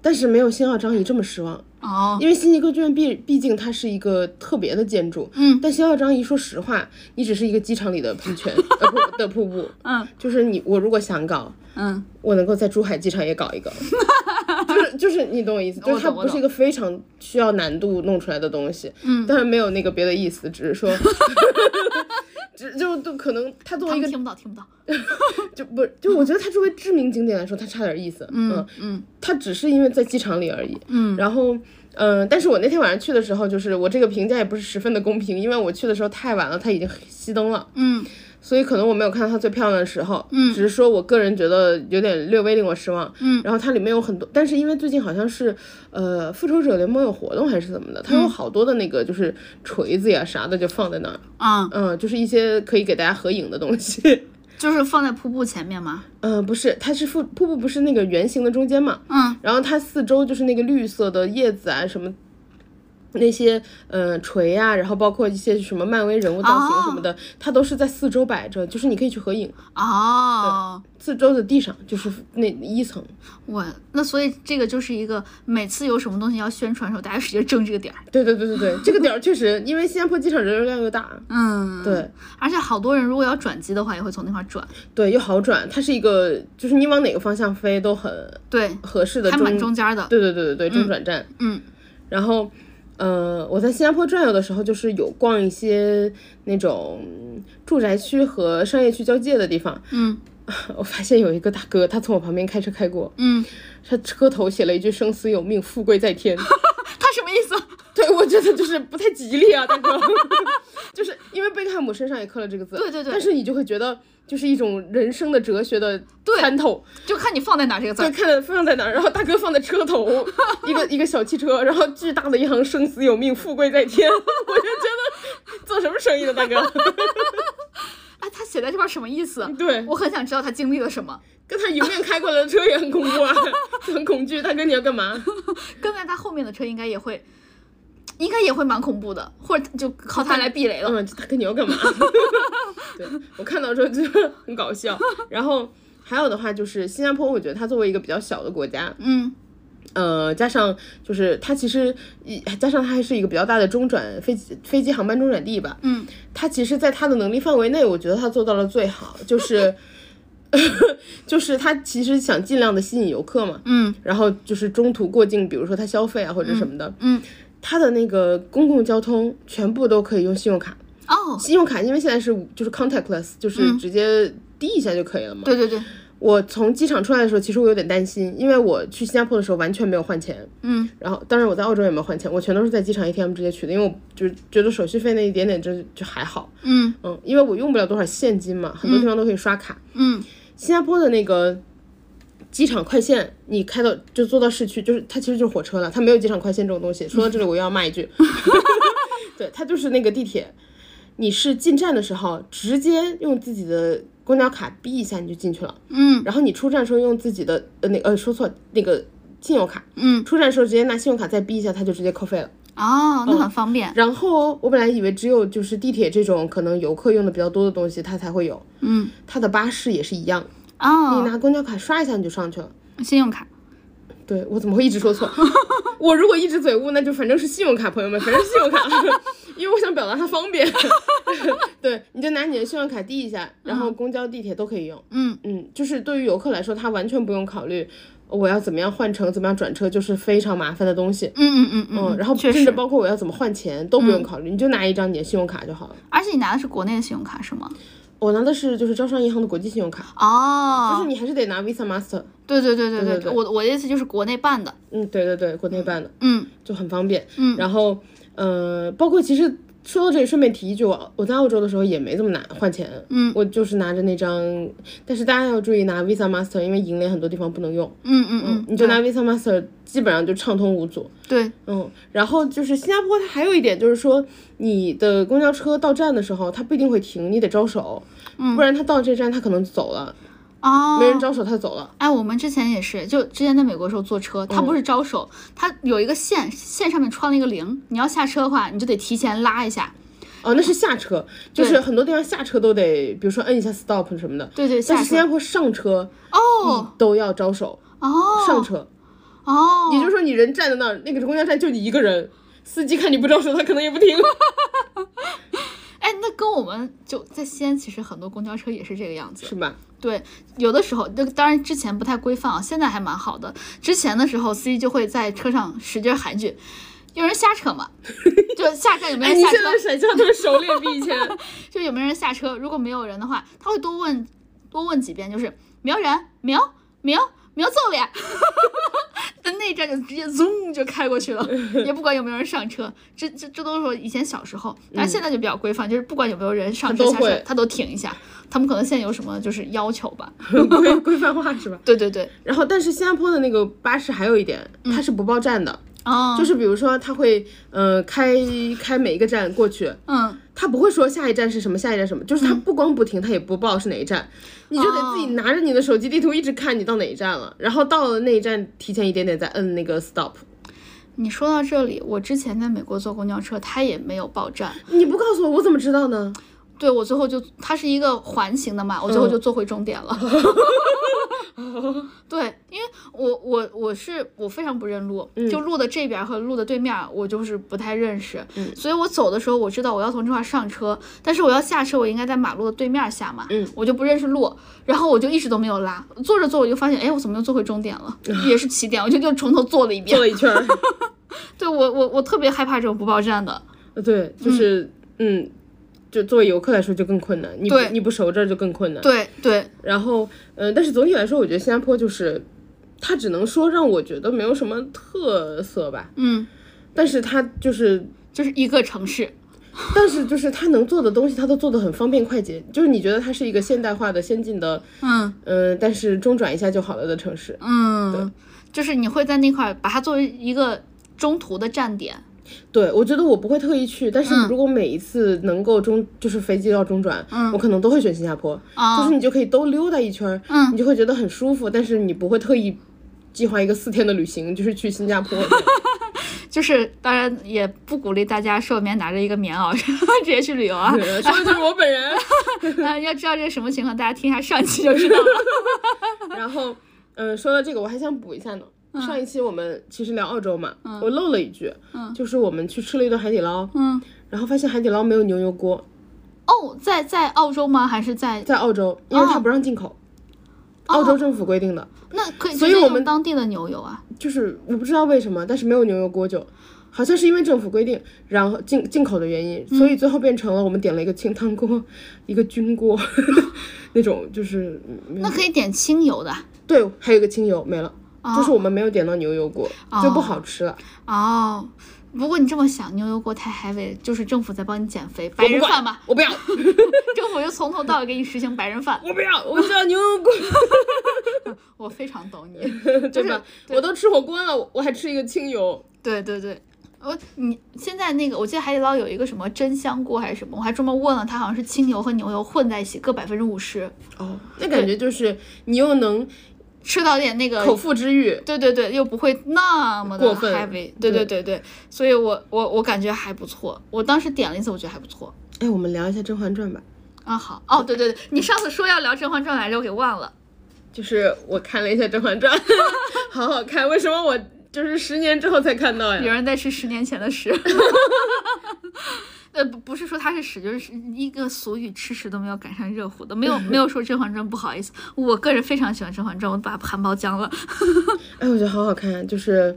Speaker 2: 但是没有星耀张仪这么失望，
Speaker 1: 哦，
Speaker 2: 因为悉尼歌剧院毕毕竟它是一个特别的建筑，
Speaker 1: 嗯
Speaker 2: 但星耀张仪说实话，你只是一个机场里的 喷泉，呃不的瀑布，
Speaker 1: 嗯
Speaker 2: 就是你我如果想搞，
Speaker 1: 嗯，
Speaker 2: 我能够在珠海机场也搞 一搞。就是就是你懂我意思，就是它
Speaker 1: 我懂我
Speaker 2: 不是一个非常需要难度弄出来的东西，
Speaker 1: 嗯
Speaker 2: 当然没有那个别的意思，只 是说， 只就就可能它作
Speaker 1: 他
Speaker 2: 为一
Speaker 1: 们
Speaker 2: 个
Speaker 1: 听不到，听不到。
Speaker 2: 就不就我觉得它作为知名景点来说，它差点意思，嗯
Speaker 1: 嗯，嗯
Speaker 2: 它只是因为在机场里而已，
Speaker 1: 嗯
Speaker 2: 然后，嗯、但是我那天晚上去的时候，就是我这个评价也不是十分的公平，因为我去的时候太晚了，它已经熄灯了，
Speaker 1: 嗯
Speaker 2: 所以可能我没有看到它最漂亮的时候，
Speaker 1: 嗯
Speaker 2: 只是说我个人觉得有点略微令我失望，
Speaker 1: 嗯
Speaker 2: 然后它里面有很多，但是因为最近好像是，呃，复仇者联盟有活动还是怎么的，它
Speaker 1: 嗯
Speaker 2: 有好多的那个就是锤子呀啥的就放在那儿，
Speaker 1: 啊，
Speaker 2: 嗯、就是一些可以给大家合影的东西，
Speaker 1: 就是放在瀑布前面吗？
Speaker 2: 呃，不是，它是瀑瀑布不是那个圆形的中间嘛，
Speaker 1: 嗯
Speaker 2: 然后它四周就是那个绿色的叶子啊什么。那些呃锤啊，然后包括一些什么漫威人物造型什么的它都是在四周摆着，就是你可以去合影。
Speaker 1: 哦，
Speaker 2: 四周的地上就是那一层，
Speaker 1: 我那所以这个就是一个每次有什么东西要宣传的时候，大家直接争这个点儿。
Speaker 2: 对对对对对，这个点儿确实，因为新加坡机场人流量又大，
Speaker 1: 嗯，
Speaker 2: 对。
Speaker 1: 而且好多人如果要转机的话，也会从那块儿转。
Speaker 2: 对又好转，它是一个就是你往哪个方向飞都很
Speaker 1: 对，
Speaker 2: 合适的
Speaker 1: 还
Speaker 2: 中，
Speaker 1: 蛮中间儿的。
Speaker 2: 对对对对对中转站。
Speaker 1: 啊嗯
Speaker 2: 然后，呃，我在新加坡转悠的时候，就是有逛一些那种住宅区和商业区交界的地方。
Speaker 1: 嗯
Speaker 2: 我发现有一个大哥，他从我旁边开车开过，
Speaker 1: 嗯，
Speaker 2: 他车头写了一句“生死有命，富贵 在天”。
Speaker 1: 他什么意思？
Speaker 2: 对，我觉得就是不太吉利啊，大哥。 就是因为贝克汉姆身上也刻了这个字，
Speaker 1: 对对对
Speaker 2: 但是你就会觉得。就是一种人生的哲学的
Speaker 1: 对
Speaker 2: 参透，
Speaker 1: 就看你放在哪儿这个字
Speaker 2: 对，
Speaker 1: 儿。
Speaker 2: 看放在哪儿，然后大哥放在车头，一个一个小汽车，然后巨大的一行“生死有命，富贵在天”， 我就觉得做什么生意呢，大哥？
Speaker 1: 哎，他写在这块儿什么意思？
Speaker 2: 对，
Speaker 1: 我很想知道他经历了什么。
Speaker 2: 跟他迎面开过来的车也很恐怖啊， 就很恐惧。大哥，你要干嘛？
Speaker 1: 跟在他后面的车应该也会，应该也会蛮恐怖的，或者就靠他来避雷了。
Speaker 2: 嗯，大哥你要干嘛？ 对我看到之后就很搞笑。然后还有的话就是新加坡，我觉得它作为一个比较小的国家，
Speaker 1: 嗯
Speaker 2: 呃，加上就是它其实一加上它还是一个比较大的中转飞机飞机航班中转地吧，
Speaker 1: 嗯
Speaker 2: 它其实在它的能力范围内，我觉得它做到了最好，就是 就是它其实想尽量的吸引游客嘛。
Speaker 1: 嗯
Speaker 2: 然后就是中途过境，比如说他消费啊或者什么的，
Speaker 1: 嗯，
Speaker 2: 它的那个公共交通全部都可以用信用卡，
Speaker 1: 哦，
Speaker 2: 信用卡，因为现在是就是 contactless，就是
Speaker 1: 嗯
Speaker 2: 直接滴一下就可以了嘛。
Speaker 1: 对对对，
Speaker 2: 我从机场出来的时候，其实我有点担心，因为我去新加坡的时候完全没有换钱，
Speaker 1: 嗯
Speaker 2: 然后当然我在澳洲也没有换钱，我全都是在机场 ATM 直接取的，因为我就是觉得手续费那一点点就就还好，
Speaker 1: 嗯
Speaker 2: 嗯，因为我用不了多少现金嘛，很多地方都可以刷卡。
Speaker 1: 嗯
Speaker 2: 新加坡的那个机场快线，你开到就坐到市区，就是它其实就是火车了，它没有机场快线这种东西。说到这里，我又要骂一句，对，它就是那个地铁，你是进站的时候直接用自己的公交卡逼一下你就进去了，
Speaker 1: 嗯
Speaker 2: 然后你出站的时候用自己的呃那呃说错那个信用卡，
Speaker 1: 嗯，
Speaker 2: 出站的时候直接拿信用卡再逼一下，它就直接扣费了。
Speaker 1: 哦，那很方便。
Speaker 2: 然后我本来以为只有就是地铁这种可能游客用的比较多的东西它才会有，
Speaker 1: 嗯
Speaker 2: 它的巴士也是一样，你
Speaker 1: 哦，
Speaker 2: 拿公交卡刷一下你就上去了。
Speaker 1: 信用卡。
Speaker 2: 对我怎么会一直说错？ 我如果一直嘴误，那就反正是信用卡，朋友们，反正是信用卡， 因为我想表达它方便。 对，你就拿你的信用卡递一下，然后公交、地铁都可以用。
Speaker 1: 嗯
Speaker 2: 嗯，就是对于游客来说，他完全不用考虑呃我要怎么样换乘、怎么样转车，就是非常麻烦的东西。
Speaker 1: 嗯嗯嗯
Speaker 2: 嗯，然嗯后
Speaker 1: 确
Speaker 2: 甚至
Speaker 1: 实，
Speaker 2: 包括我要怎么换钱都不用考虑，你就拿一张你的信用卡就好了。
Speaker 1: 而且你拿的是国内的信用卡是吗？
Speaker 2: 我拿的是就是招商银行的国际信用卡，
Speaker 1: 哦，
Speaker 2: 就是你还是得拿 Visa Master。
Speaker 1: 对对对对
Speaker 2: 对对
Speaker 1: 我我的意思就是国内办的，
Speaker 2: 嗯，对对对，国内办的
Speaker 1: 嗯
Speaker 2: 就很方便。
Speaker 1: 嗯
Speaker 2: 然后呃，包括其实说到这里，顺便提一句，我我在澳洲的时候也没怎么拿换钱，
Speaker 1: 嗯
Speaker 2: 我就是拿着那张，但是大家要注意拿 Visa Master，因为银联很多地方不能用，
Speaker 1: 嗯嗯嗯，
Speaker 2: 你就拿 Visa Master 基本上就畅通无阻。
Speaker 1: 对，
Speaker 2: 嗯，然后就是新加坡，它还有一点就是说，你的公交车到站的时候，它不一定会停，你得招手，
Speaker 1: 嗯
Speaker 2: 不然它到这站它可能走了，
Speaker 1: 哦，
Speaker 2: 没人招手它走了。
Speaker 1: 哎，我们之前也是，就之前在美国的时候坐车，它不是招手，它有一个线，线上面穿了一个铃，你要下车的话，你就得提前拉一下。
Speaker 2: 哦，那是下车，就是很多地方下车都得，比如说摁一下 stop 什么的。
Speaker 1: 对对，下
Speaker 2: 但是新加
Speaker 1: 车。嗯
Speaker 2: 坡上车
Speaker 1: 哦
Speaker 2: 都要招手，
Speaker 1: 哦
Speaker 2: 上车，
Speaker 1: 哦，
Speaker 2: 也就是说你人站在那儿，那个公交站就你一个人，司机看你不招手，他可能也不停。
Speaker 1: 哎，那跟我们就在西安，其实很多公交车也是这个样子。
Speaker 2: 是吧？
Speaker 1: 对，有的时候，那当然之前不太规范啊，现在还蛮好的。之前的时候，司机就会在车上使劲喊一句：“有人下车吗？”就下站有没有
Speaker 2: 哎，
Speaker 1: 人
Speaker 2: 你
Speaker 1: 下车？
Speaker 2: 现在甩下的熟练比以前，
Speaker 1: 就有没有人下车。如果没有人的话，他会多问多问几遍，就是没有人，没有，没有，没有走了呀。但那一站就直接 zoom 就开过去 了，也不管有没有人上车。这这这都是我以前小时候，但是现在就比较规范，就是不管有没有人上车
Speaker 2: 嗯他都
Speaker 1: 下车
Speaker 2: 会，
Speaker 1: 他都停一下。他们可能现在有什么就是要求吧？
Speaker 2: 规规范化是吧？
Speaker 1: 对对对，
Speaker 2: 然后，但是新加坡的那个巴士还有一点，它是不报站的，
Speaker 1: 嗯哦，
Speaker 2: 就是比如说它会，呃，开开每一个站过去，
Speaker 1: 嗯，
Speaker 2: 它不会说下一站是什么，下一站什么，就是它不光不停，它也不报是哪一站，你
Speaker 1: 哦
Speaker 2: 就得自己拿着你的手机地图一直看你到哪一站了，然后到了那一站提前一点点再摁那个 stop。
Speaker 1: 你说到这里，我之前在美国坐公交车，它也没有报站。
Speaker 2: 你不告诉我，我怎么知 道呢？
Speaker 1: 对我最后就它是一个环形的嘛，我最
Speaker 2: 嗯
Speaker 1: 后就坐回终点 了。对，因为我我我是我非常不认路，
Speaker 2: 嗯
Speaker 1: 就路的这边儿和路的对面儿我就是不太认识，
Speaker 2: 嗯
Speaker 1: 所以我走的时候我知道我要从这块儿上车，但是我要下车我应该在马路的对面儿下嘛，
Speaker 2: 嗯
Speaker 1: 我就不认识路，然后我就一直都没有拉，坐着坐我就发现，哎，我怎么又坐回终点 了？也是起点，我就又从头坐了一遍
Speaker 2: 坐。了一圈儿，
Speaker 1: 对我我我特别害怕这种不报站的，
Speaker 2: 呃对，就是嗯。就作为游客来说就更困难，你不
Speaker 1: 对
Speaker 2: 你不熟这儿就更困难。
Speaker 1: 对对，
Speaker 2: 然后，嗯、但是总体来说，我觉得新加坡就是，它只能说让我觉得没有什么特色吧。
Speaker 1: 嗯，
Speaker 2: 但是它就是，
Speaker 1: 就是一个城市，
Speaker 2: 但是就是它能做的东西，它都做的很方便快捷。就是你觉得它是一个现代化的、先进的，
Speaker 1: 嗯。
Speaker 2: 嗯、但是中转一下就好了的城市。
Speaker 1: 嗯，就是你会在那块儿把它作为一个中途的站点。
Speaker 2: 对，我觉得我不会特意去，但
Speaker 1: 嗯
Speaker 2: 是如果每一次能够中，就是飞机到中转，
Speaker 1: 嗯
Speaker 2: 我可能都会选新加坡，
Speaker 1: 啊
Speaker 2: 就是你就可以都溜达一圈儿，
Speaker 1: 嗯
Speaker 2: 你就会觉得很舒服，但是你不会特意计划一个四天的旅行，就是去新加坡。
Speaker 1: 就是当然也不鼓励大家睡眠拿着一个棉袄 直接去旅游啊。
Speaker 2: 对说的就是我本人。
Speaker 1: 啊，要知道这是什么情况，大家听一下上期就知道了。
Speaker 2: 然后，嗯，说到这个，我还想补一下呢。上一期我们其实聊澳洲嘛，我漏了一句，就是我们去吃了一顿海底捞，
Speaker 1: 嗯，
Speaker 2: 然后发现海底捞没有牛油锅，
Speaker 1: 哦，在在澳洲吗？还是在
Speaker 2: 在澳洲，因为它不让进口，澳洲政府规定的，
Speaker 1: 那可以直
Speaker 2: 所以
Speaker 1: 接
Speaker 2: 我
Speaker 1: 用
Speaker 2: 们
Speaker 1: 当地的牛油啊？
Speaker 2: 就是我不知道为什么，但是没有牛油锅就。好像是因为政府规定，然后进进口的原因，所以最后变成了我们点了一个清汤锅，一个菌锅， 那种就是没有
Speaker 1: 那可以点清油的。
Speaker 2: 对，还有一个清油没了，就是我们没有点到牛油锅，就不好吃了。
Speaker 1: 哦，不过你这么想，牛油果太 heavy，就是政府在帮你减肥，白人饭嘛，
Speaker 2: 我不要，
Speaker 1: 政府就从头到尾给你实行白人饭。
Speaker 2: 我不要，我知道牛油 锅，
Speaker 1: 我非常懂你。
Speaker 2: 对吧？我都吃火锅了，我我还吃一个清油。
Speaker 1: 对对对，我你现在那个，我记得海底捞有一个什么真香锅还是什么，我还专门问了，它好像是清油和牛油混在一起，各百分之五十，
Speaker 2: 哦，那感觉就是你又能
Speaker 1: 吃到点那个
Speaker 2: 口腹之欲，
Speaker 1: 对对对，又不会那么的
Speaker 2: 过分
Speaker 1: heavy，对对对对，所以我我我感觉还不错，我当时点了一次，我觉得还不错。
Speaker 2: 哎，我们聊一下《甄嬛传》吧。
Speaker 1: 啊好哦对对对，你上次说要聊《甄嬛传》来着，我给忘了。
Speaker 2: 就是我看了一下《甄嬛传》， 好好看。为什么我就是十年之后才看到
Speaker 1: 有
Speaker 2: 呀？
Speaker 1: 人在吃十年前的屎， 呃不不是说它是屎，就是一个俗语，吃屎都没有赶上热乎的，没有没有说《甄嬛传》不好意思，我个人非常喜欢《甄嬛传》，我把它含包浆了。
Speaker 2: 啊哎，我觉得好好看，就是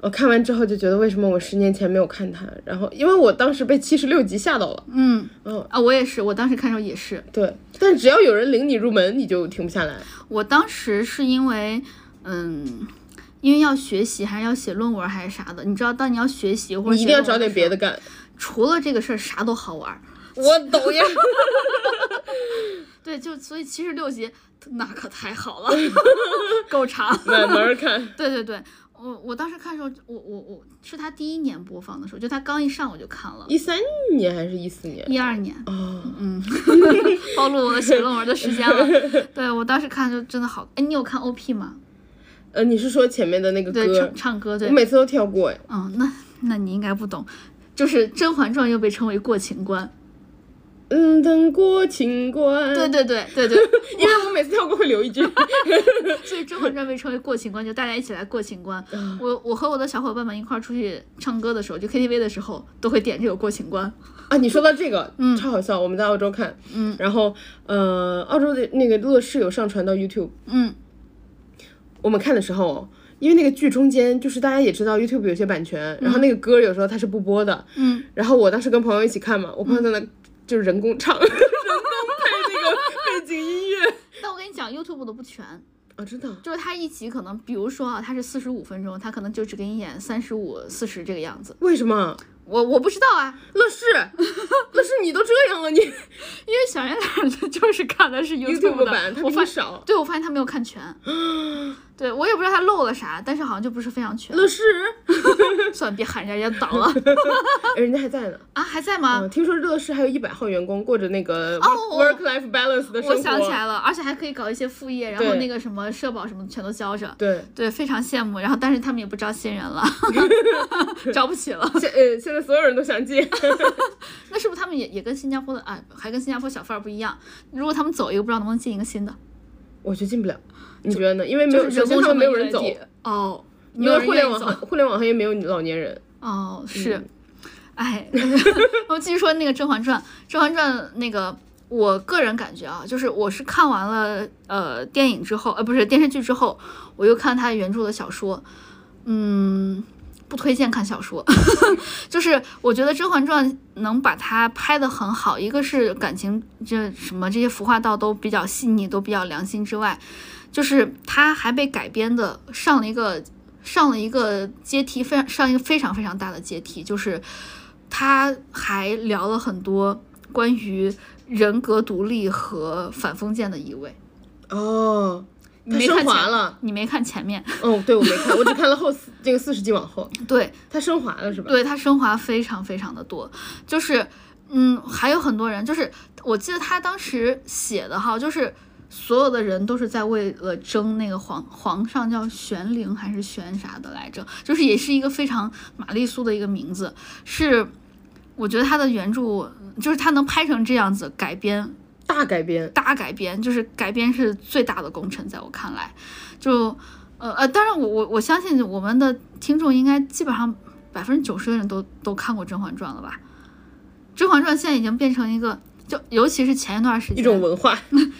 Speaker 2: 我看完之后就觉得为什么我十年前没有看它，然后因为我当时被七十六集吓到了，
Speaker 1: 嗯，
Speaker 2: 哦
Speaker 1: 啊，我也是，我当时看的时候也是，
Speaker 2: 对，但只要有人领你入门，你就停不下来。
Speaker 1: 我当时是因为，嗯，因为要学习，还是要写论文，还是啥的。你知道，当你要学习或者
Speaker 2: 你一定要
Speaker 1: 写
Speaker 2: 找
Speaker 1: 论文
Speaker 2: 点别
Speaker 1: 的
Speaker 2: 的干。
Speaker 1: 时候，除了这个事儿，啥都好玩儿。
Speaker 2: 我懂 呀，
Speaker 1: 对，就所以七十六集那可太好 了，够长。
Speaker 2: 慢慢看。
Speaker 1: 对对对，我我当时看的时候，我我我是他第一年播放的时候，就他刚一上我就看了，
Speaker 2: 一三年还是一四年？
Speaker 1: 一二年。
Speaker 2: 哦，
Speaker 1: 嗯，暴露我的写论文的时间 了。对我当时看就真的好，哎，你有看 OP 吗？
Speaker 2: 呃，你是说前面的那个
Speaker 1: 对，
Speaker 2: 歌
Speaker 1: 唱？唱歌，对
Speaker 2: 我，每次都跳过哎。
Speaker 1: 嗯，那那你应该不懂，就是《甄嬛传》又被称为过情关。
Speaker 2: 嗯，等过情关。
Speaker 1: 对，对对 对对，
Speaker 2: 因为我每次跳过会留 一句。
Speaker 1: 所以《甄嬛传》被称为过情关，就大家一起来过情关。我我和我的小伙伴们一块儿出去唱歌的时候，就 KTV 的时候，都会点这个过情关。
Speaker 2: 啊，你说到这个，嗯，超好笑。我们在澳洲看，
Speaker 1: 嗯，
Speaker 2: 然后呃，澳洲的那个乐视有上传到 YouTube，
Speaker 1: 嗯
Speaker 2: 我们看的时候。因为那个剧中间就是大家也知道 YouTube 有些版权，然后那个歌有时候它是不播的，
Speaker 1: 嗯，
Speaker 2: 然后我当时跟朋友一起看嘛，我朋友在那就是人工唱，人 工配那个背景音 乐
Speaker 1: 但我跟你讲，YouTube 的不全。
Speaker 2: 啊，真的啊
Speaker 1: 就是它一集可能，比如说啊，它是四十五分钟，它可能就只给你演三十五、四十这个样子。
Speaker 2: 为什么？
Speaker 1: 我我不知道啊，
Speaker 2: 乐视，乐视你都这样了，你
Speaker 1: 因为小圆脸 就是看的是
Speaker 2: YouTube
Speaker 1: 的
Speaker 2: 版它
Speaker 1: 我
Speaker 2: 比
Speaker 1: 发
Speaker 2: 你少，
Speaker 1: 对，我发现他没有看全， 对我也不知道他漏了啥，但是好像就不是非常 全。
Speaker 2: 乐视，
Speaker 1: 算了，别喊人家人家倒 了
Speaker 2: 哎人家还在呢。
Speaker 1: 啊，还在吗？
Speaker 2: 嗯，听说乐视还有一百号员工过着那个 work,、
Speaker 1: 我
Speaker 2: work life balance 的生活。
Speaker 1: 我想起来了，而且还可以搞一些副业，然后
Speaker 2: 对
Speaker 1: 那个什么社保什么全都交着。
Speaker 2: 对，
Speaker 1: 对，非常羡慕。然后，但是他们也不招新人 了， 招不起了。
Speaker 2: 现呃现在所有人都 想进。
Speaker 1: 那是不是他们也也跟新加坡的啊，还跟新加坡小贩儿不一样？如果他们走一个，不知道能不能进一个新的，
Speaker 2: 我觉得进不了，你觉得呢？因为没
Speaker 1: 就
Speaker 2: 有，
Speaker 1: 是
Speaker 2: 首
Speaker 1: 人
Speaker 2: 先
Speaker 1: 工
Speaker 2: 他
Speaker 1: 成
Speaker 2: 们
Speaker 1: 本
Speaker 2: 没有人走，
Speaker 1: 越低哦，没有
Speaker 2: 因为
Speaker 1: 人
Speaker 2: 互联
Speaker 1: 愿意
Speaker 2: 网
Speaker 1: 走
Speaker 2: 行互联网行业没有老年人。
Speaker 1: 哦，是，哎， 我们继续说那个《甄嬛传》，《甄嬛传》那个，我个人感觉啊，就是我是看完了呃电影之后，呃不是电视剧之后，我又看它原著的小说，嗯，不推荐看小说， 就是我觉得《甄嬛传》能把它拍得很好，一个是感情这什么这些服化道都比较细腻，都比较良心之外，就是它还被改编的上了一个上了一个阶梯，非常上一个非常非常大的阶梯，就是他还聊了很多关于人格独立和反封建的意味。
Speaker 2: 哦，
Speaker 1: 你
Speaker 2: 它
Speaker 1: 没
Speaker 2: 升
Speaker 1: 看
Speaker 2: 华
Speaker 1: 前
Speaker 2: 了。，
Speaker 1: 你没看前面，
Speaker 2: 哦，对，我没看，我只看了后四这个四十集往后，
Speaker 1: 对，
Speaker 2: 它升华了是吧？
Speaker 1: 对，它升华非常非常的多，就是嗯，还有很多人，就是我记得他当时写的哈，就是所有的人都是在为了争那个皇皇上叫玄灵还是玄啥的来着，就是也是一个非常玛丽苏的一个名字，是我觉得他的原著就是他能拍成这样子改编
Speaker 2: 大改编。
Speaker 1: 大改编，就是改编是最大的工程，在我看来，就呃呃，当然我我我相信我们的听众应该基本上百分之九十的人都都看过《甄嬛传》了吧？《甄嬛传》现在已经变成一个，就尤其是前一段时间，
Speaker 2: 一种文化，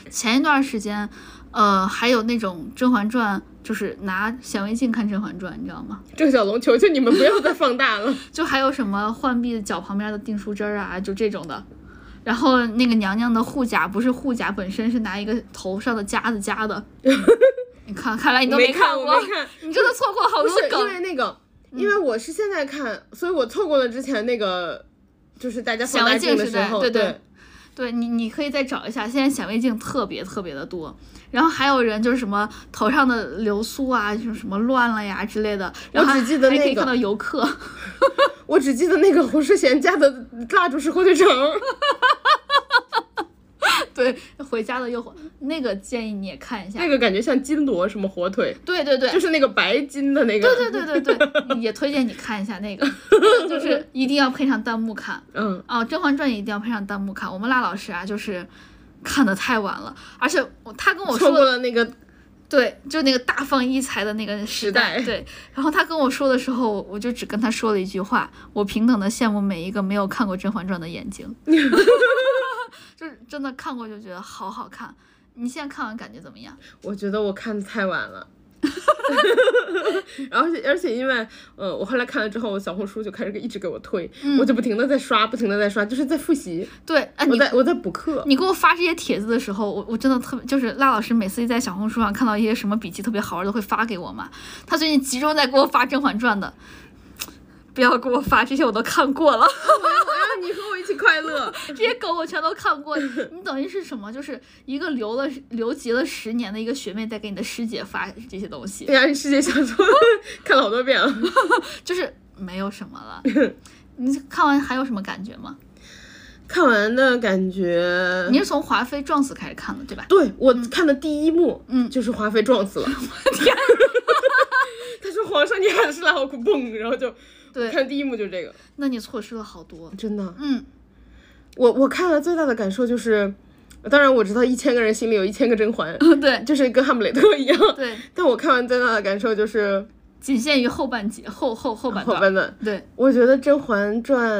Speaker 1: 前一段时间，呃，还有那种《甄嬛传》，就是拿显微镜看《甄嬛传》，你知道吗？
Speaker 2: 郑小龙，求求你们不要再放大了。
Speaker 1: 就还有什么浣碧脚旁边的订书针儿啊，就这种的。然后那个娘娘的护甲不是护甲本身，是拿一个头上的夹子夹的。你看，看来你都
Speaker 2: 没
Speaker 1: 看
Speaker 2: 我
Speaker 1: 过，
Speaker 2: 没看，
Speaker 1: 你真的错过好
Speaker 2: 不
Speaker 1: 多
Speaker 2: 是因
Speaker 1: 梗。
Speaker 2: 为那个，因为我是现在看，所以我错过了之前那个，就是大家放大镜的时候，
Speaker 1: 显微镜时代对
Speaker 2: 对
Speaker 1: 对对你，你可以再找一下，现在显微镜特别特别的多。然后还有人就是什么头上的流苏啊，就是什么乱了呀之类的。然后
Speaker 2: 我只记得
Speaker 1: 还还可以
Speaker 2: 那个
Speaker 1: 看到游客。
Speaker 2: 我只记得那个胡世贤家的蜡烛是火腿肠，
Speaker 1: 对，回家的诱惑，那个建议你也看一下。
Speaker 2: 那个感觉像金锣什么火腿，
Speaker 1: 对对对
Speaker 2: 就，是那个白金的那个，
Speaker 1: 对对对对对，也推荐你看一下那个，那个就是一定要配上弹幕看
Speaker 2: 嗯，
Speaker 1: 啊，《甄嬛传》也一定要配上弹幕看。我们辣老师啊，就是看的太晚了，而且我他跟我
Speaker 2: 错
Speaker 1: 说
Speaker 2: 过
Speaker 1: 的
Speaker 2: 了那个
Speaker 1: 对，就那个大放异彩的那个时代，
Speaker 2: 时代
Speaker 1: 对。然后他跟我说的时候，我就只跟他说了一句话：我平等的羡慕每一个没有看过《甄嬛传》的眼睛，就是真的看过就觉得好好看。你现在看完感觉怎么样？
Speaker 2: 我觉得我看的太晚了，然后而且而且因为呃，我后来看了之后，小红书就开始一直给我推，我就不停的在刷，不停的在刷，就是在复习，
Speaker 1: 对，哎、
Speaker 2: 我
Speaker 1: 你
Speaker 2: 在我在补课。
Speaker 1: 你给我发这些帖子的时候，我我真的特别，就是赖老师每次一在小红书上看到一些什么笔记特别好玩的，会发给我嘛。他最近集中在给我发《甄嬛传》的，不要给我发这些，我都看过了，
Speaker 2: 我要你和我一起快乐。
Speaker 1: 这些梗我全都看过。你等于是什么？就是一个留了留级了十年的一个学妹在给你的师姐发这些东西，
Speaker 2: 对哎呀，世界小说看了好多遍了。
Speaker 1: 就是没有什么了。你看完还有什么感觉吗？
Speaker 2: 看完的感觉，
Speaker 1: 你是从华妃撞死开始看的，对吧？
Speaker 2: 对我看的第一幕，
Speaker 1: 嗯
Speaker 2: 就是华妃撞死了。
Speaker 1: 天，
Speaker 2: 他说：“皇上，你还是拉我哭蹦。”然后就
Speaker 1: 对，
Speaker 2: 看第一幕就这个，
Speaker 1: 那你错失了好多。
Speaker 2: 真的。
Speaker 1: 嗯，
Speaker 2: 我我看了最大的感受就是，当然我知道一千个人心里有一千个甄嬛，
Speaker 1: 对
Speaker 2: 就是跟哈姆雷特一样。
Speaker 1: 对，
Speaker 2: 但我看完最大的感受就是
Speaker 1: 仅限于后半节后后后半
Speaker 2: 后
Speaker 1: 段。
Speaker 2: 半段。
Speaker 1: 对，
Speaker 2: 我觉得《甄嬛传》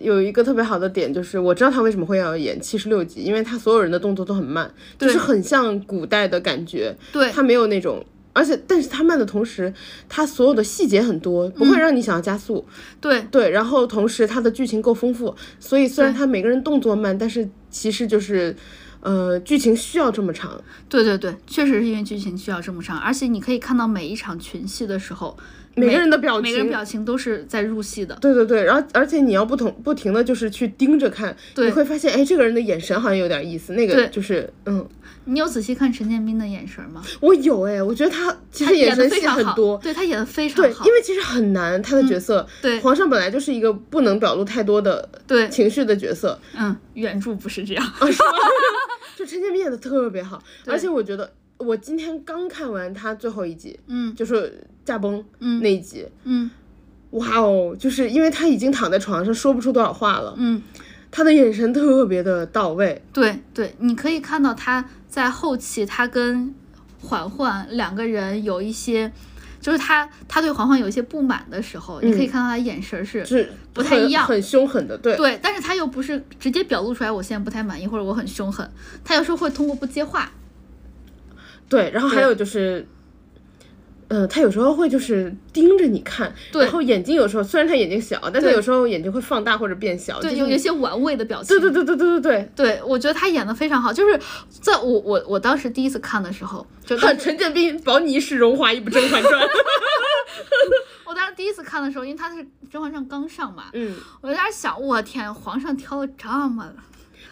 Speaker 2: 有一个特别好的点，就是我知道他为什么会要演七十六集，因为他所有人的动作都很慢，就
Speaker 1: 对
Speaker 2: 是很像古代的感觉。
Speaker 1: 对
Speaker 2: 他没有那种，而且但是他慢的同时，他所有的细节很多，不
Speaker 1: 嗯
Speaker 2: 会让你想要加速。
Speaker 1: 对
Speaker 2: 对，然后同时它的剧情够丰富，所以虽然
Speaker 1: 对
Speaker 2: 它每个人动作慢，但是其实就是，呃，剧情需要这么长。
Speaker 1: 对对对，确实是因为剧情需要这么长，而且你可以看到每一场群戏的时候，
Speaker 2: 每个人的表
Speaker 1: 每个人
Speaker 2: 情
Speaker 1: 表情都是在入戏的。
Speaker 2: 对对对，然后而且你要不同不停的就是去盯着看，你
Speaker 1: 对
Speaker 2: 会发现，哎，这个人的眼神好像有点意思，那个
Speaker 1: 对
Speaker 2: 就是，嗯，
Speaker 1: 你有仔细看陈建斌的眼神吗？
Speaker 2: 我有哎，我觉得他其
Speaker 1: 他
Speaker 2: 实眼
Speaker 1: 演的
Speaker 2: 神
Speaker 1: 非
Speaker 2: 戏
Speaker 1: 常
Speaker 2: 很
Speaker 1: 好，
Speaker 2: 多，
Speaker 1: 对他演的非常
Speaker 2: 对，
Speaker 1: 好。嗯
Speaker 2: 因为其实很难，他的角色，
Speaker 1: 对
Speaker 2: 皇上本来就是一个不能表露太多的
Speaker 1: 对，
Speaker 2: 情绪的角色，
Speaker 1: 嗯，原著不 是这样。
Speaker 2: 啊，是吗？ 就陈建斌演的特别好，而且我觉得我今天刚看完他最后一集，
Speaker 1: 嗯
Speaker 2: 就是驾崩
Speaker 1: 嗯
Speaker 2: 那一集，
Speaker 1: 嗯
Speaker 2: 哇哦，就是因为他已经躺在床上说不出多少话了，
Speaker 1: 嗯，
Speaker 2: 他的眼神特别的到位，
Speaker 1: 对对，你可以看到他在后期，他跟嬛嬛两个人有一些，就是他他对嬛嬛有一些不满的时候，你可以
Speaker 2: 嗯
Speaker 1: 看到他眼神是
Speaker 2: 就是
Speaker 1: 不太
Speaker 2: 很
Speaker 1: 一样
Speaker 2: 很凶狠的， 对，
Speaker 1: 对，但是他又不是直接表露出来，我现在不太满意或者我很凶狠，他有时候会通过不接话，
Speaker 2: 对，然后还有就是。嗯，他有时候会就是盯着你看，
Speaker 1: 对
Speaker 2: 然后眼睛有时候虽然他眼睛小，但他
Speaker 1: 对
Speaker 2: 有时候眼睛会放大或者变小，
Speaker 1: 对，
Speaker 2: 就
Speaker 1: 有
Speaker 2: 是
Speaker 1: 有一些玩味的表情。
Speaker 2: 对对对对对对
Speaker 1: 对我觉得他演的非常好，就是在我我我当时第一次看的时候，就
Speaker 2: 对，看 陈建斌保你一世荣华，一部《甄 嬛传》。
Speaker 1: 我当时第一次看的时候，因为他是《甄嬛传》刚上嘛，
Speaker 2: 嗯，
Speaker 1: 我就在那儿想，我天，皇上挑了这么，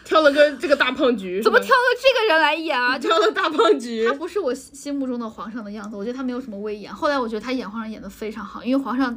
Speaker 2: 挑了个这个大胖橘，
Speaker 1: 怎么
Speaker 2: 是
Speaker 1: 挑
Speaker 2: 吧
Speaker 1: 了这个人来演 啊？就
Speaker 2: 挑了大胖橘
Speaker 1: 他？不是我心心目中的皇上的样子，我觉得他没有什么威严。后来我觉得他演皇上演的非常好，因为皇上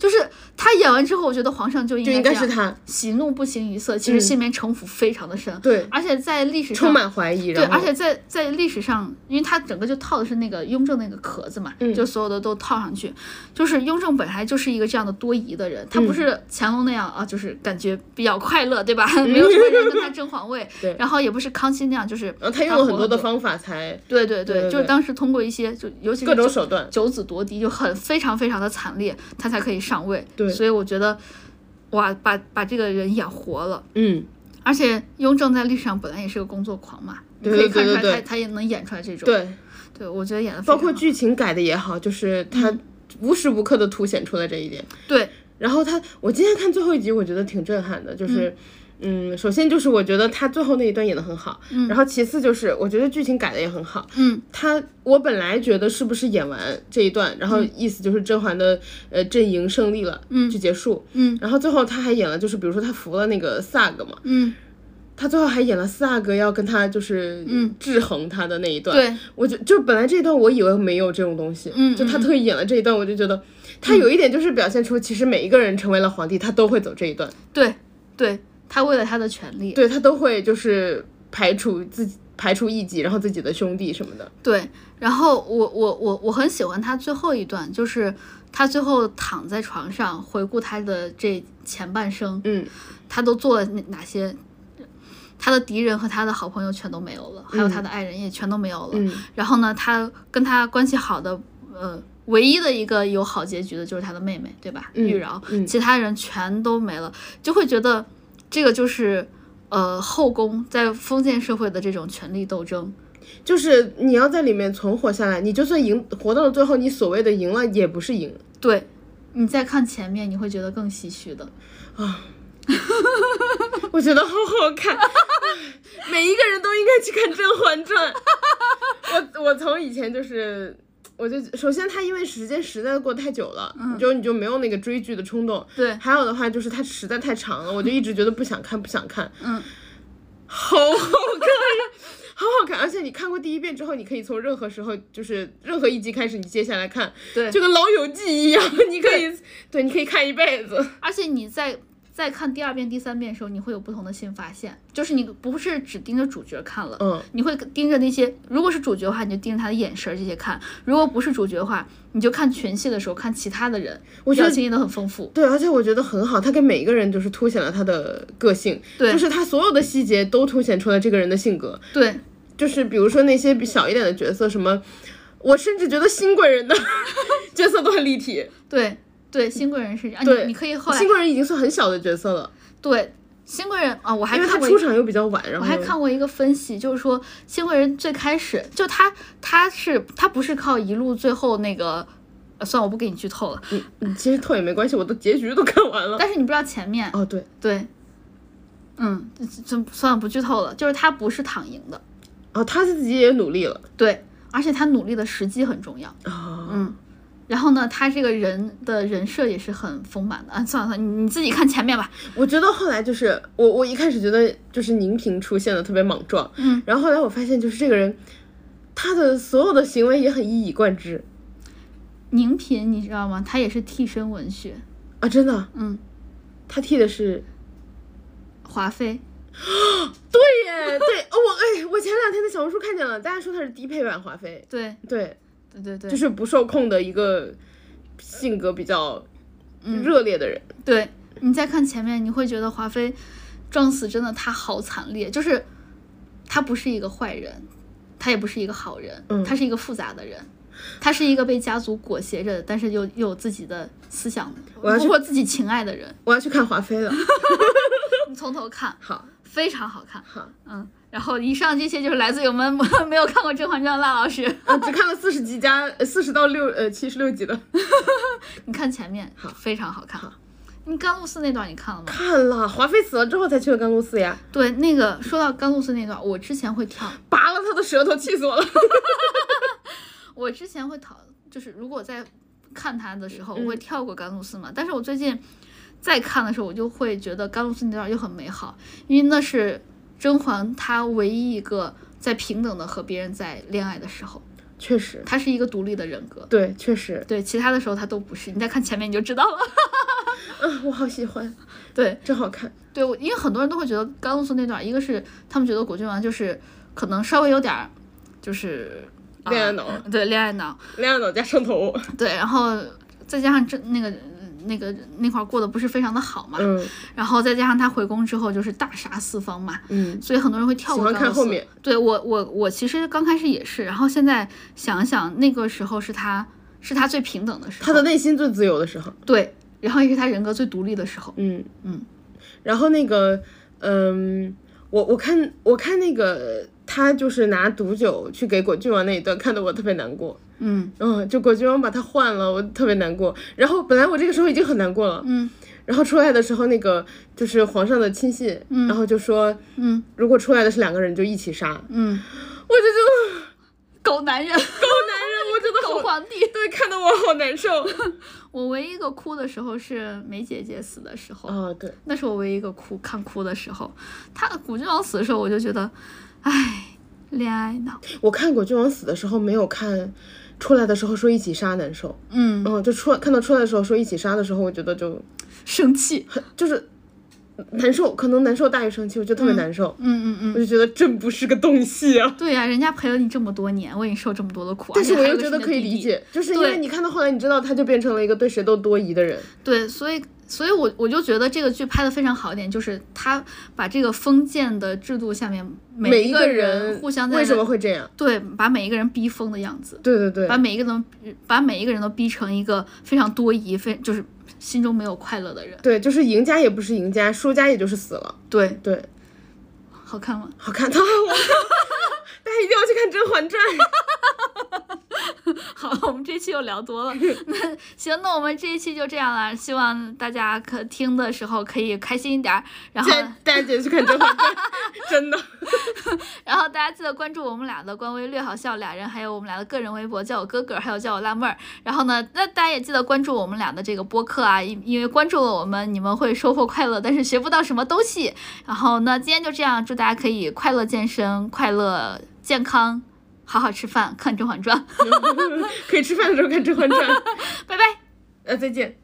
Speaker 1: 就是他演完之后，我觉得皇上就应
Speaker 2: 就
Speaker 1: 该
Speaker 2: 应该是
Speaker 1: 这样
Speaker 2: 他，
Speaker 1: 喜怒不形于色，其实心里面城府非常的深，
Speaker 2: 嗯对，
Speaker 1: 而且在历史上
Speaker 2: 充满怀疑，
Speaker 1: 对，
Speaker 2: 然后
Speaker 1: 而且在在历史上，因为他整个就套的是那个雍正那个壳子嘛，
Speaker 2: 嗯
Speaker 1: 就所有的都套上去。就是雍正本来就是一个这样的多疑的人，他
Speaker 2: 嗯
Speaker 1: 不是乾隆那样啊，就是感觉比较快乐，对吧？ 没有什么人跟他争皇位，
Speaker 2: 嗯 对
Speaker 1: 然后也不是康熙那样，就是
Speaker 2: 然后他用了很
Speaker 1: 活
Speaker 2: 多的方法才
Speaker 1: 对对对，
Speaker 2: 对对
Speaker 1: 就是
Speaker 2: 对
Speaker 1: 当时通过一些就尤其是
Speaker 2: 各种
Speaker 1: 九
Speaker 2: 手段，
Speaker 1: 九子夺嫡就很非常非常的惨烈，他才可以上位。
Speaker 2: 对
Speaker 1: 所以我觉得，哇，把把这个人演活了。
Speaker 2: 嗯，
Speaker 1: 而且雍正在历史上本来也是个工作狂嘛，你
Speaker 2: 对
Speaker 1: 可以看
Speaker 2: 对对
Speaker 1: 出来
Speaker 2: 对
Speaker 1: 他
Speaker 2: 对
Speaker 1: 他也能演出来这种。
Speaker 2: 对，
Speaker 1: 对，我觉得演的
Speaker 2: 包括剧情改的也好，就是
Speaker 1: 嗯
Speaker 2: 他无时无刻的凸显出了这一点。
Speaker 1: 对
Speaker 2: 然后他，我今天看最后一集，我觉得挺震撼的，就是。嗯，首先就是我觉得他最后那一段演的很好，嗯、然后其次就是我觉得剧情改的也很好，
Speaker 1: 嗯，
Speaker 2: 他我本来觉得是不是演完这一段，然后意思就是甄嬛的呃阵营胜利了，嗯，就结束，
Speaker 1: 嗯嗯，
Speaker 2: 然后最后他还演了，就是比如说他服了那个萨格嘛，
Speaker 1: 嗯，
Speaker 2: 他最后还演了四阿哥要跟他就是制衡他的那一段。
Speaker 1: 嗯对，
Speaker 2: 我就就本来这一段我以为没有这种东西，
Speaker 1: 嗯
Speaker 2: 就他特意演了这一段，我就觉得他有一点就是表现出其实每一个人成为了皇帝，他都会走这一段，
Speaker 1: 对对，他为了他的权利，
Speaker 2: 对他都会就是排除自己。排除异己，然后自己的兄弟什么的，
Speaker 1: 对。然后我我我我很喜欢他最后一段，就是他最后躺在床上回顾他的这前半生，
Speaker 2: 嗯，
Speaker 1: 他都做了哪哪些。他的敌人和他的好朋友全都没有了，还有他的爱人也全都没有了。
Speaker 2: 嗯
Speaker 1: 然后呢，他跟他关系好的，呃，唯一的一个有好结局的就是他的妹妹，对吧？
Speaker 2: 嗯
Speaker 1: 玉娆，
Speaker 2: 嗯
Speaker 1: 其他人全都没了，就会觉得这个就是呃后宫在封建社会的这种权力斗争，
Speaker 2: 就是你要在里面存活下来，你就算赢活到了最后，你所谓的赢了也不是赢
Speaker 1: 对，你再看前面，你会觉得更唏嘘的。
Speaker 2: 啊。我觉得好好看，每一个人都应该去看《甄嬛传》我。我我从以前就是，我就首先它因为时间实在过太久了，你就你就没有那个追剧的冲动。
Speaker 1: 对
Speaker 2: 还有的话就是它实在太长了，我就一直觉得不想看，不想看。
Speaker 1: 嗯，
Speaker 2: 好好看呀，好好看！而且你看过第一遍之后，你可以从任何时候，就是任何一集开始，你接下来看，
Speaker 1: 对
Speaker 2: 就跟《老友记》一样，你可以，对，你可以看一辈子。
Speaker 1: 而且你在再看第二遍、第三遍的时候，你会有不同的新发现，就是你不是只盯着主角看了，
Speaker 2: 嗯，
Speaker 1: 你会盯着那些，如果是主角的话，你就盯着他的眼神儿这些看；如果不是主角的话，你就看群戏的时候看其他的人，
Speaker 2: 我觉
Speaker 1: 表
Speaker 2: 得
Speaker 1: 情也都很丰富。
Speaker 2: 对，而且我觉得很好，他给每一个人就是凸显了他的个性，
Speaker 1: 对
Speaker 2: 就是他所有的细节都凸显出了这个人的性格，
Speaker 1: 对，
Speaker 2: 就是比如说那些比小一点的角色，什么，我甚至觉得新贵人的 角色都很立体，
Speaker 1: 对，对，新贵人是这样，
Speaker 2: 对
Speaker 1: 你你可以后来
Speaker 2: 新贵人已经算很小的角色了，
Speaker 1: 对新贵人啊，我还
Speaker 2: 因为他
Speaker 1: 看过一
Speaker 2: 出场又比较晚，然后
Speaker 1: 我还看过一个分析，就是说新贵人最开始就他他是他不是靠一路最后那个，呃算了我不给你剧透了，
Speaker 2: 嗯其实透也没关系，我都结局都看完了。
Speaker 1: 但是你不知道前面
Speaker 2: 哦，对，
Speaker 1: 对，嗯，这这算了不剧透了，就是他不是躺赢的，
Speaker 2: 哦，他自己也努力了
Speaker 1: 对，而且他努力的时机很重要，
Speaker 2: 啊、
Speaker 1: 嗯。然后呢，他这个人的人设也是很丰满的啊！算了算了，你你自己看前面吧。
Speaker 2: 我觉得后来就是我，我一开始觉得就是宁平出现的特别莽撞，
Speaker 1: 嗯，
Speaker 2: 然后后来我发现就是这个人，他的所有的行为也很一以贯之
Speaker 1: 宁嫔你知道吗？她也是替身文学，
Speaker 2: 啊，真的，
Speaker 1: 嗯，
Speaker 2: 他剃的是，
Speaker 1: 华妃，
Speaker 2: 对耶，对，哦我哎，我前两天在小红书看见了，大家说他是低配版华妃，
Speaker 1: 对
Speaker 2: 对，
Speaker 1: 对对对，
Speaker 2: 就是不受控的一个性格比较
Speaker 1: 嗯
Speaker 2: 热烈的人，
Speaker 1: 对你再看前面，你会觉得华妃撞死真的她好惨烈，就是她不是一个坏人，她也不是一个好人，
Speaker 2: 嗯
Speaker 1: 她是一个复杂的人，她是一个被家族裹挟着，但是又又有自己的思想，
Speaker 2: 我要去
Speaker 1: 包括自己情爱的人，
Speaker 2: 我要去看华妃 了，
Speaker 1: 你从头看
Speaker 2: 好
Speaker 1: 非常好看，
Speaker 2: 好，
Speaker 1: 嗯。然后以上这些就是来自于我们 没有看过《甄嬛传》的辣老师，
Speaker 2: 我嗯只看了四十集加四十到六呃七十六集的，
Speaker 1: 你看前面
Speaker 2: 好
Speaker 1: 非常好看
Speaker 2: 好。
Speaker 1: 你甘露寺那段你看了吗？
Speaker 2: 看了华妃死了之后才去了甘露寺呀，
Speaker 1: 对，那个说到甘露寺那段，我之前会跳，
Speaker 2: 拔了他的舌头，气死我了。
Speaker 1: 我之前会讨，就是如果在看它的时候，
Speaker 2: 嗯
Speaker 1: 我会跳过甘露寺嘛。但是我最近再看的时候，我就会觉得甘露寺那段就很美好，因为那是甄嬛她唯一一个在平等的和别人在恋爱的时候，
Speaker 2: 确实，
Speaker 1: 她是一个独立的人格。
Speaker 2: 对，确实，
Speaker 1: 对，其他的时候她都不是。你再看前面你就知道了。
Speaker 2: 嗯，我好喜欢，
Speaker 1: 对
Speaker 2: 真好看。
Speaker 1: 对，我因为很多人都会觉得甘露寺那段，一个是他们觉得果郡王就是可能稍微有点儿就是。啊
Speaker 2: 恋爱脑
Speaker 1: 对恋爱脑，
Speaker 2: 恋爱脑加上头，
Speaker 1: 对，然后再加上这那个那个那块儿过得不是非常的好嘛，
Speaker 2: 嗯
Speaker 1: 然后再加上他回宫之后就是大杀四方嘛，
Speaker 2: 嗯，
Speaker 1: 所以很多人会跳过
Speaker 2: 喜欢看
Speaker 1: 高斯
Speaker 2: 后面。
Speaker 1: 对我我我其实刚开始也是，然后现在想想那个时候是他是他最平等的时候，
Speaker 2: 他的内心最自由的时候，
Speaker 1: 对，然后也是他人格最独立的时候。
Speaker 2: 嗯
Speaker 1: 嗯，
Speaker 2: 然后那个，嗯，我我看我看那个他就是拿毒酒去给果郡王那一段，看得我特别难过，
Speaker 1: 嗯
Speaker 2: 嗯，就果郡王把他换了，我特别难过。然后本来我这个时候已经很难过了，
Speaker 1: 嗯
Speaker 2: 然后出来的时候那个就是皇上的亲信，然后就说
Speaker 1: 嗯
Speaker 2: 如果出来的是两个人就一起杀，
Speaker 1: 嗯，
Speaker 2: 我就觉得。
Speaker 1: 狗男人，
Speaker 2: 好男人，我真
Speaker 1: 狗
Speaker 2: 的好，
Speaker 1: 皇帝。
Speaker 2: 对，看得我好难受。
Speaker 1: 我唯一一个哭的时候是梅姐姐死的时候，
Speaker 2: 哦，对，
Speaker 1: 那是我唯一一个哭看哭的时候。他古君王死的时候，我就觉得，唉，恋爱脑。
Speaker 2: 我看果郡王死的时候没有看，出来的时候说一起杀难受，
Speaker 1: 嗯，
Speaker 2: 嗯，就出看到出来的时候说一起杀的时候，我觉得就
Speaker 1: 生气。
Speaker 2: 很就是难受，可能难受大于生气，我觉得特别难受，
Speaker 1: 嗯嗯
Speaker 2: 我
Speaker 1: 嗯，
Speaker 2: 就觉得朕不是个东西啊。
Speaker 1: 对呀、人家陪了你这么多年，为你受这么多的苦，
Speaker 2: 但是
Speaker 1: 而且
Speaker 2: 我
Speaker 1: 还有
Speaker 2: 又
Speaker 1: 一个是
Speaker 2: 觉得
Speaker 1: 你的
Speaker 2: 可以
Speaker 1: 弟
Speaker 2: 理
Speaker 1: 弟。
Speaker 2: 解，就是因
Speaker 1: 对
Speaker 2: 为你看到后来，你知道他就变成了一个对谁都多疑的人，
Speaker 1: 对，所以所以我，我就觉得这个剧拍的非常好一点，就是他把这个封建的制度下面
Speaker 2: 每
Speaker 1: 一
Speaker 2: 个
Speaker 1: 个人互相在
Speaker 2: 为什
Speaker 1: 那
Speaker 2: 么会这样？
Speaker 1: 对把每一个人逼疯的样子，
Speaker 2: 对对对
Speaker 1: 把，每一个人都把每一个人都逼成一个非常多疑、非就是心中没有快乐的人。
Speaker 2: 对，就是赢家也不是赢家，输家也就是死了。
Speaker 1: 对，
Speaker 2: 对，
Speaker 1: 好看吗？
Speaker 2: 好看，他好看，大家一定要去看《甄嬛传》。
Speaker 1: 好，我们这期又聊多了。那行，那我们这一期就这样了。希望大家可听的时候可以开心一点儿，然后
Speaker 2: 建议大家记得去看《甄嬛传》，真的。
Speaker 1: 然后大家记得关注我们俩的官微“略好笑”俩人，还有我们俩的个人微博，叫我哥哥，还有叫我辣妹儿。然后呢，那大家也记得关注我们俩的这个播客啊，因因为关注了我们，你们会收获快乐，但是学不到什么东西。然后呢，今天就这样，祝大家可以快乐健身，快乐健康，好好吃饭，看《甄嬛传》，
Speaker 2: 可以吃饭的时候看《甄嬛传》。
Speaker 1: 拜拜。
Speaker 2: 呃，再见。